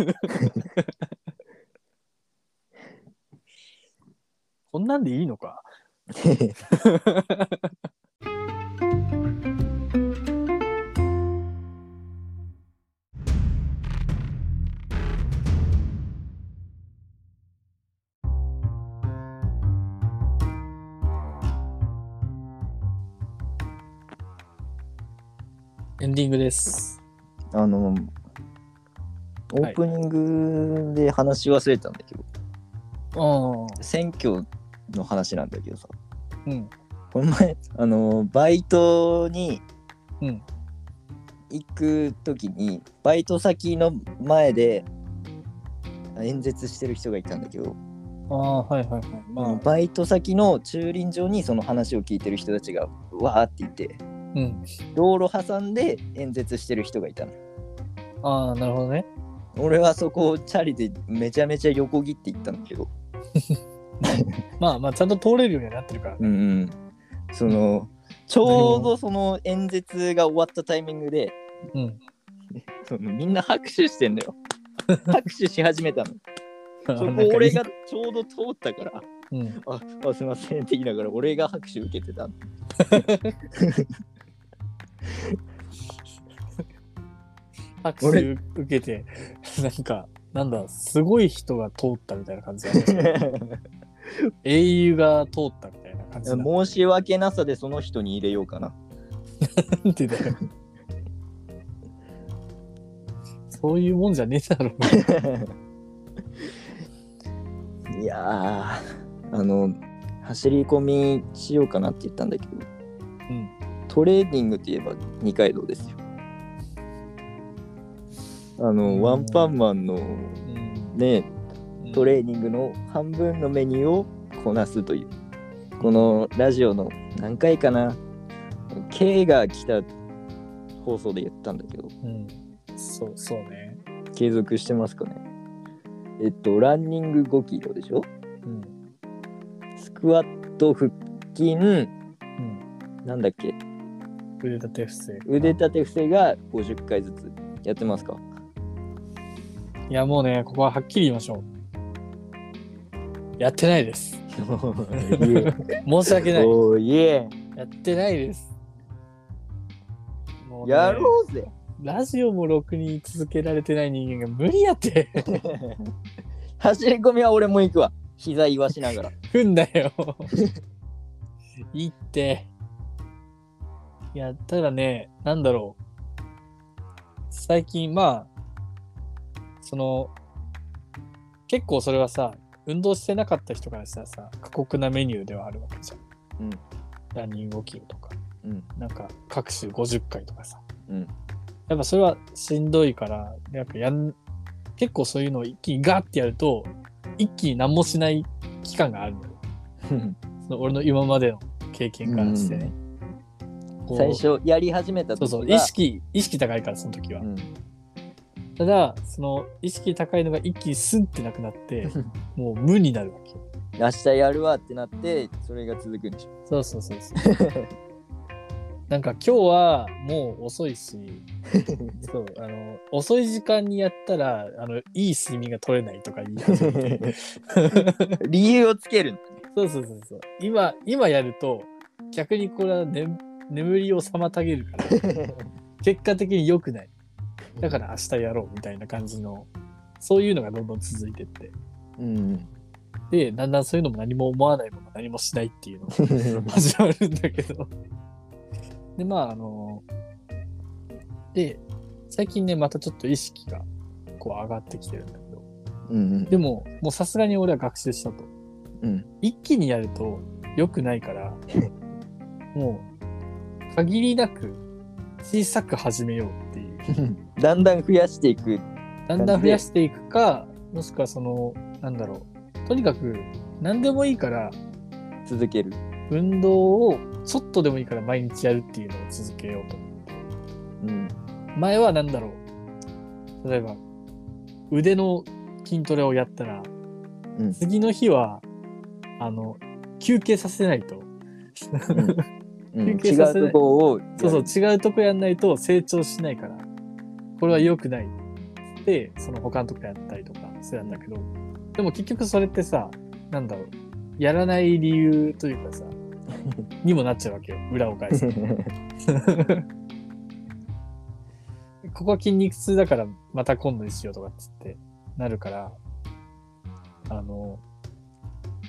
Speaker 1: こんなんでいいのか。エンディングです。
Speaker 2: あの、オ
Speaker 1: はい
Speaker 2: ープニングで話し忘れたんだけど、
Speaker 1: うん。
Speaker 2: 選挙の話なんだけどさ、
Speaker 1: うん。
Speaker 2: この前、あの、バイトに
Speaker 1: うん。
Speaker 2: 行く時に、バイト先の前で演説してる人がいたんだけど、
Speaker 1: ああ、はいはいはい。まあ、
Speaker 2: バイト先の駐輪場にその話を聞いてる人たちがわーっていて
Speaker 1: うん。
Speaker 2: 道路挟んで演説してる人がいたの
Speaker 1: ああ、なるほどね。
Speaker 2: 俺はそこをチャリでめちゃめちゃ横切っていったんだけど
Speaker 1: まあまあ、ちゃんと通れるようになってるからね。
Speaker 2: うんうんそのちょうどその演説が終わったタイミングで
Speaker 1: うん。
Speaker 2: そのみんな拍手してん だよ拍手し始めたのそ
Speaker 1: なん
Speaker 2: こ
Speaker 1: かいい
Speaker 2: 俺が。ちょうど通ったから
Speaker 1: うん。
Speaker 2: ああすいませんって言いながら俺が拍手受け てたの
Speaker 1: 拍手受けて、 なんか、なんだ、すごい人が通ったみたいな感じだね。英雄が通ったみたいな感じだね。
Speaker 2: 申し訳なさでその人に入れようかな
Speaker 1: なんてだよ。そういうもんじゃねえだろう。
Speaker 2: いやーあの走り込みしようかなって言ったんだけど
Speaker 1: うん。
Speaker 2: トレーニングといえば二階堂ですよあの、
Speaker 1: うん
Speaker 2: ワンパンマンのね
Speaker 1: うん
Speaker 2: トレーニングの半分のメニューをこなすというこのラジオの何回かな K が来た放送で言ったんだけど
Speaker 1: うん。そう、そうね。
Speaker 2: 継続してますかねえっとランニング5キロでしょ
Speaker 1: うん。
Speaker 2: スクワット、腹筋、
Speaker 1: うん。
Speaker 2: なんだっけ、
Speaker 1: 腕立て伏せ。
Speaker 2: 腕立て伏せが50回ずつやっ てますか
Speaker 1: いや、もうね、ここははっきり言いましょう。やってないです。
Speaker 2: お
Speaker 1: 申し訳ない。
Speaker 2: ーいえ、
Speaker 1: やってないです。もうね
Speaker 2: やろうぜ。
Speaker 1: ラジオもろくに続けられてない人間が無理やって。
Speaker 2: 走り込みは俺も行くわ。膝言わしながら。
Speaker 1: ふんだよ。いいって。いや、ただね、なんだろう。最近、まあ、その、結構それはさ、運動してなかった人からしたらさ、過酷なメニューではあるわけじゃん。
Speaker 2: うん
Speaker 1: ランニング5キロとか。
Speaker 2: ううん
Speaker 1: なんか各種50回とかさ。
Speaker 2: うん
Speaker 1: やっぱそれはしんどいから、やっぱやん、結構そういうのを一気にガーってやると、一気に何もしない期間があるのよ。その俺の今までの経験からしてね。こう
Speaker 2: 最初やり始めた時
Speaker 1: そ
Speaker 2: は
Speaker 1: うそう、意識、意識高いから、その時は
Speaker 2: う。ん
Speaker 1: ただ、その意識高いのが一気にスンってなくなっ て、もう無になるわけ。
Speaker 2: 明日やるわってなってそれが続くんでしょ
Speaker 1: そうそうそうそう。なんか今日はもう遅いし、そうあの遅い時間にやったらあのいい睡眠が取れないとか言い始めて
Speaker 2: 理由をつけるんだね
Speaker 1: そうそうそうそう今今やると逆にこれは、ね、眠りを妨げるから結果的に良くないだから明日やろうみたいな感じのそういうのがどんどん続いてって
Speaker 2: うん
Speaker 1: でだんだんそういうのも何も思わないまま何もしないっていうの始まるんだけど。で、まあ、あの、で、最近ね、またちょっと意識がこう上がってきてるんだけど、
Speaker 2: うん
Speaker 1: でも、もうさすがに俺は学習したと。
Speaker 2: うん
Speaker 1: 一気にやると良くない から、もう、限りなく小さく始めようっていう。
Speaker 2: だんだん増やしていく
Speaker 1: だんだん増やしていくか、もしくはその、なんだろう、とにかく何でもいいから、
Speaker 2: 続ける
Speaker 1: 運動をちょっとでもいいから毎日やるっていうのを続けようと。
Speaker 2: うん
Speaker 1: 前は何だろう例えば腕の筋トレをやったら、
Speaker 2: うん
Speaker 1: 次の日はあの休憩させないと、
Speaker 2: うん
Speaker 1: 休憩
Speaker 2: 違
Speaker 1: させないう
Speaker 2: とこをやる
Speaker 1: そうそう違うとこやんないと成長しないからこれは良くないでその他のとこやったりとかしてたんだけど、でも結局それってさなんだろうやらない理由というかさにもなっちゃうわけよ裏を返すとここは筋肉痛だからまた今度にしようとかっつってなるからあの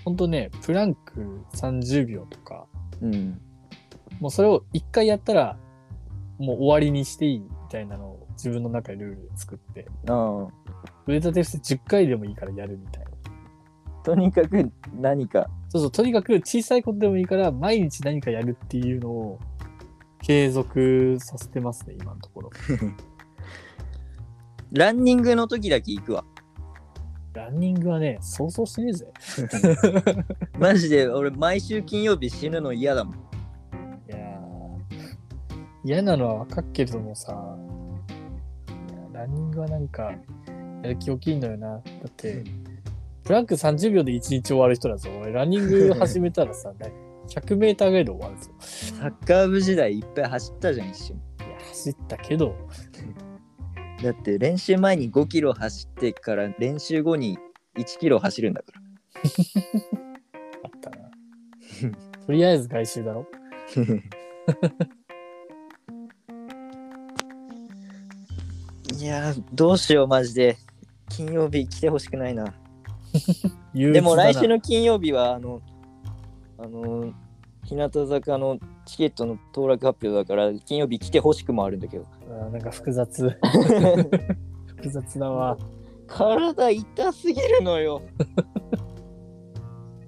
Speaker 1: ほんとねプランク30秒とか
Speaker 2: うん
Speaker 1: もうそれを1回やったらもう終わりにしていいみたいなのを自分の中でルールで作って
Speaker 2: あ
Speaker 1: 腕立て伏せ10回でもいいからやるみたいな
Speaker 2: あとにかく何か
Speaker 1: そうそうとにかく小さいことでもいいから毎日何かやるっていうのを継続させてますね今のところ
Speaker 2: ランニングの時だけ行く わ
Speaker 1: ランニングはね想像してねえぜ
Speaker 2: マジで俺毎週金曜日死ぬの嫌だもん
Speaker 1: いやー嫌なのは分かっけれどもさ、いやランニングはなんか、やる気大きいんだよな。だって、プランク30秒で1日終わる人だぞ。俺、ランニング始めたら さ、何100メーターぐらいで終わるぞ。
Speaker 2: サッカー部時代いっぱい走ったじゃん一瞬
Speaker 1: いや、走ったけど、
Speaker 2: だって練習前に5キロ走ってから練習後に1キロ走るんだから
Speaker 1: あ ったな。とりあえず外周だろ。
Speaker 2: いやーどうしようマジで金曜日来てほしくないな
Speaker 1: 憂鬱
Speaker 2: でも
Speaker 1: だな
Speaker 2: 来週の金曜日はあのあの日向坂のチケットの当落発表だから金曜日来てほしくもあるんだけど
Speaker 1: あーなんか複 雑、複雑だわ。
Speaker 2: 体痛すぎる のよ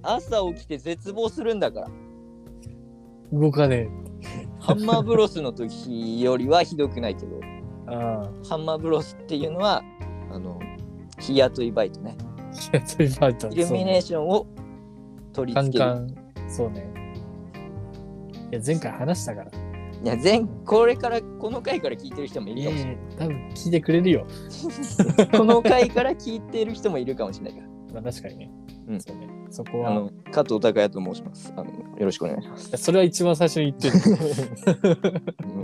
Speaker 2: 朝起きて絶望するんだから
Speaker 1: 動かね
Speaker 2: ハンマーブロスの時よりはひどくないけど
Speaker 1: え。ああ。
Speaker 2: ハンマーブロスっていうのはあの日雇いバイトね
Speaker 1: いや、そういうバージョン
Speaker 2: イルミネーションを取り
Speaker 1: カン
Speaker 2: 付け
Speaker 1: カ
Speaker 2: る
Speaker 1: ン、そうね。いや、前回話したから。
Speaker 2: いや前これからこの回から聞いてる人もいるかもしれない
Speaker 1: え多分聞いてくれるよ。
Speaker 2: この回から聞いてる人もいるかもしれないから
Speaker 1: まあ、確かにね。
Speaker 2: う ん
Speaker 1: そうね。そこ
Speaker 2: あ
Speaker 1: は。
Speaker 2: の加藤孝也と申しますあのよろしくお願いします、
Speaker 1: いやそれは一番最初に言ってる。
Speaker 2: うん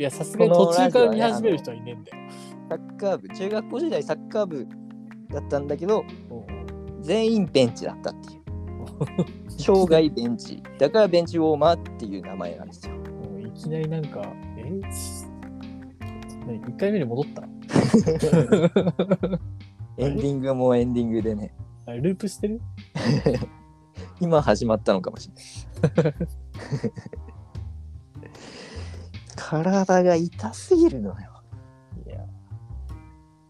Speaker 1: いや、さすがに
Speaker 2: この
Speaker 1: 途中から
Speaker 2: ラジオは
Speaker 1: 見
Speaker 2: ね
Speaker 1: 始める人はいねえんだよ。
Speaker 2: サッカー部中学校時代サッカー部だったんだけど全員ベンチだったっていう生涯ベンチだからベンチウォーマーっていう名前なんですよ
Speaker 1: もういきなりなんか、え何 ?1 回目に戻 った
Speaker 2: エンディングもエンディングでね
Speaker 1: あれループしてる
Speaker 2: 今始まったのかもしれない体が痛すぎるのよ
Speaker 1: いや。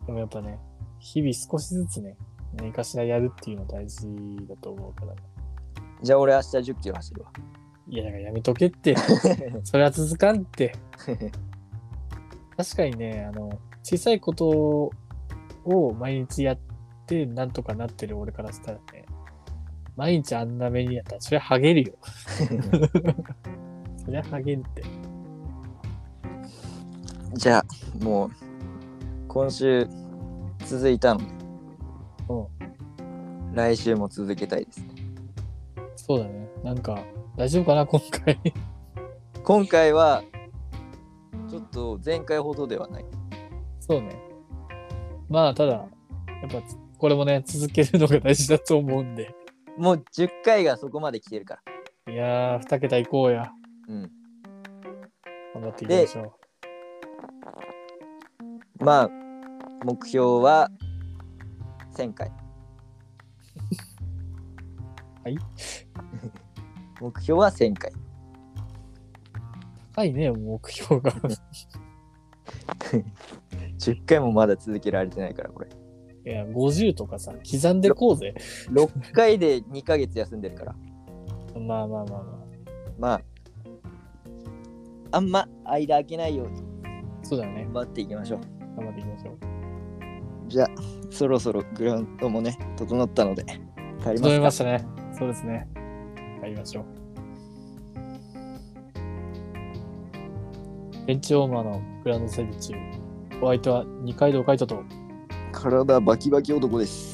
Speaker 1: でもやっぱね、日々少しずつね、何かしらやるっていうの大事だと思うから。
Speaker 2: じゃあ俺明日1 0キロ走るわ
Speaker 1: いや、だからやめとけって。それは続かんって。確かにね、あの、小さいことを毎日やって、なんとかなってる俺からしたらね、毎日あんな目にやったら、そりゃハゲるよ。そりゃハゲるって。
Speaker 2: じゃあもう今週続いたので
Speaker 1: うん。
Speaker 2: 来週も続けたいですね
Speaker 1: そうだね。なんか、大丈夫かな、今回。
Speaker 2: 今回はちょっと前回ほどではない
Speaker 1: そうね。まあ、ただ、やっぱ、これもね、続けるのが大事だと思うんで。
Speaker 2: もう10回がそこまで来てるから
Speaker 1: いやー、二桁いこうや。
Speaker 2: うん
Speaker 1: 頑張っていきましょう。
Speaker 2: まあ目標は1000回
Speaker 1: はい
Speaker 2: 目標は1000回
Speaker 1: 高いね、目標 が。
Speaker 2: 10回もまだ続けられてないからこれ
Speaker 1: いや、50とかさ、刻んでこうぜ。
Speaker 2: 6回で2ヶ月休んでるから
Speaker 1: まあまあまあま
Speaker 2: まああんま間空けないように
Speaker 1: あ。そうだね。
Speaker 2: 頑張っていきましょう
Speaker 1: 頑張っていきましょう。
Speaker 2: じゃあそろそろグラウンドもね整ったので帰り
Speaker 1: 整い
Speaker 2: ま
Speaker 1: ます
Speaker 2: か
Speaker 1: したね。そうですね。帰りましょう。ベンチオーマーのグランドセビチュー。お相手は二階堂海人と。
Speaker 2: 体バキバキ男です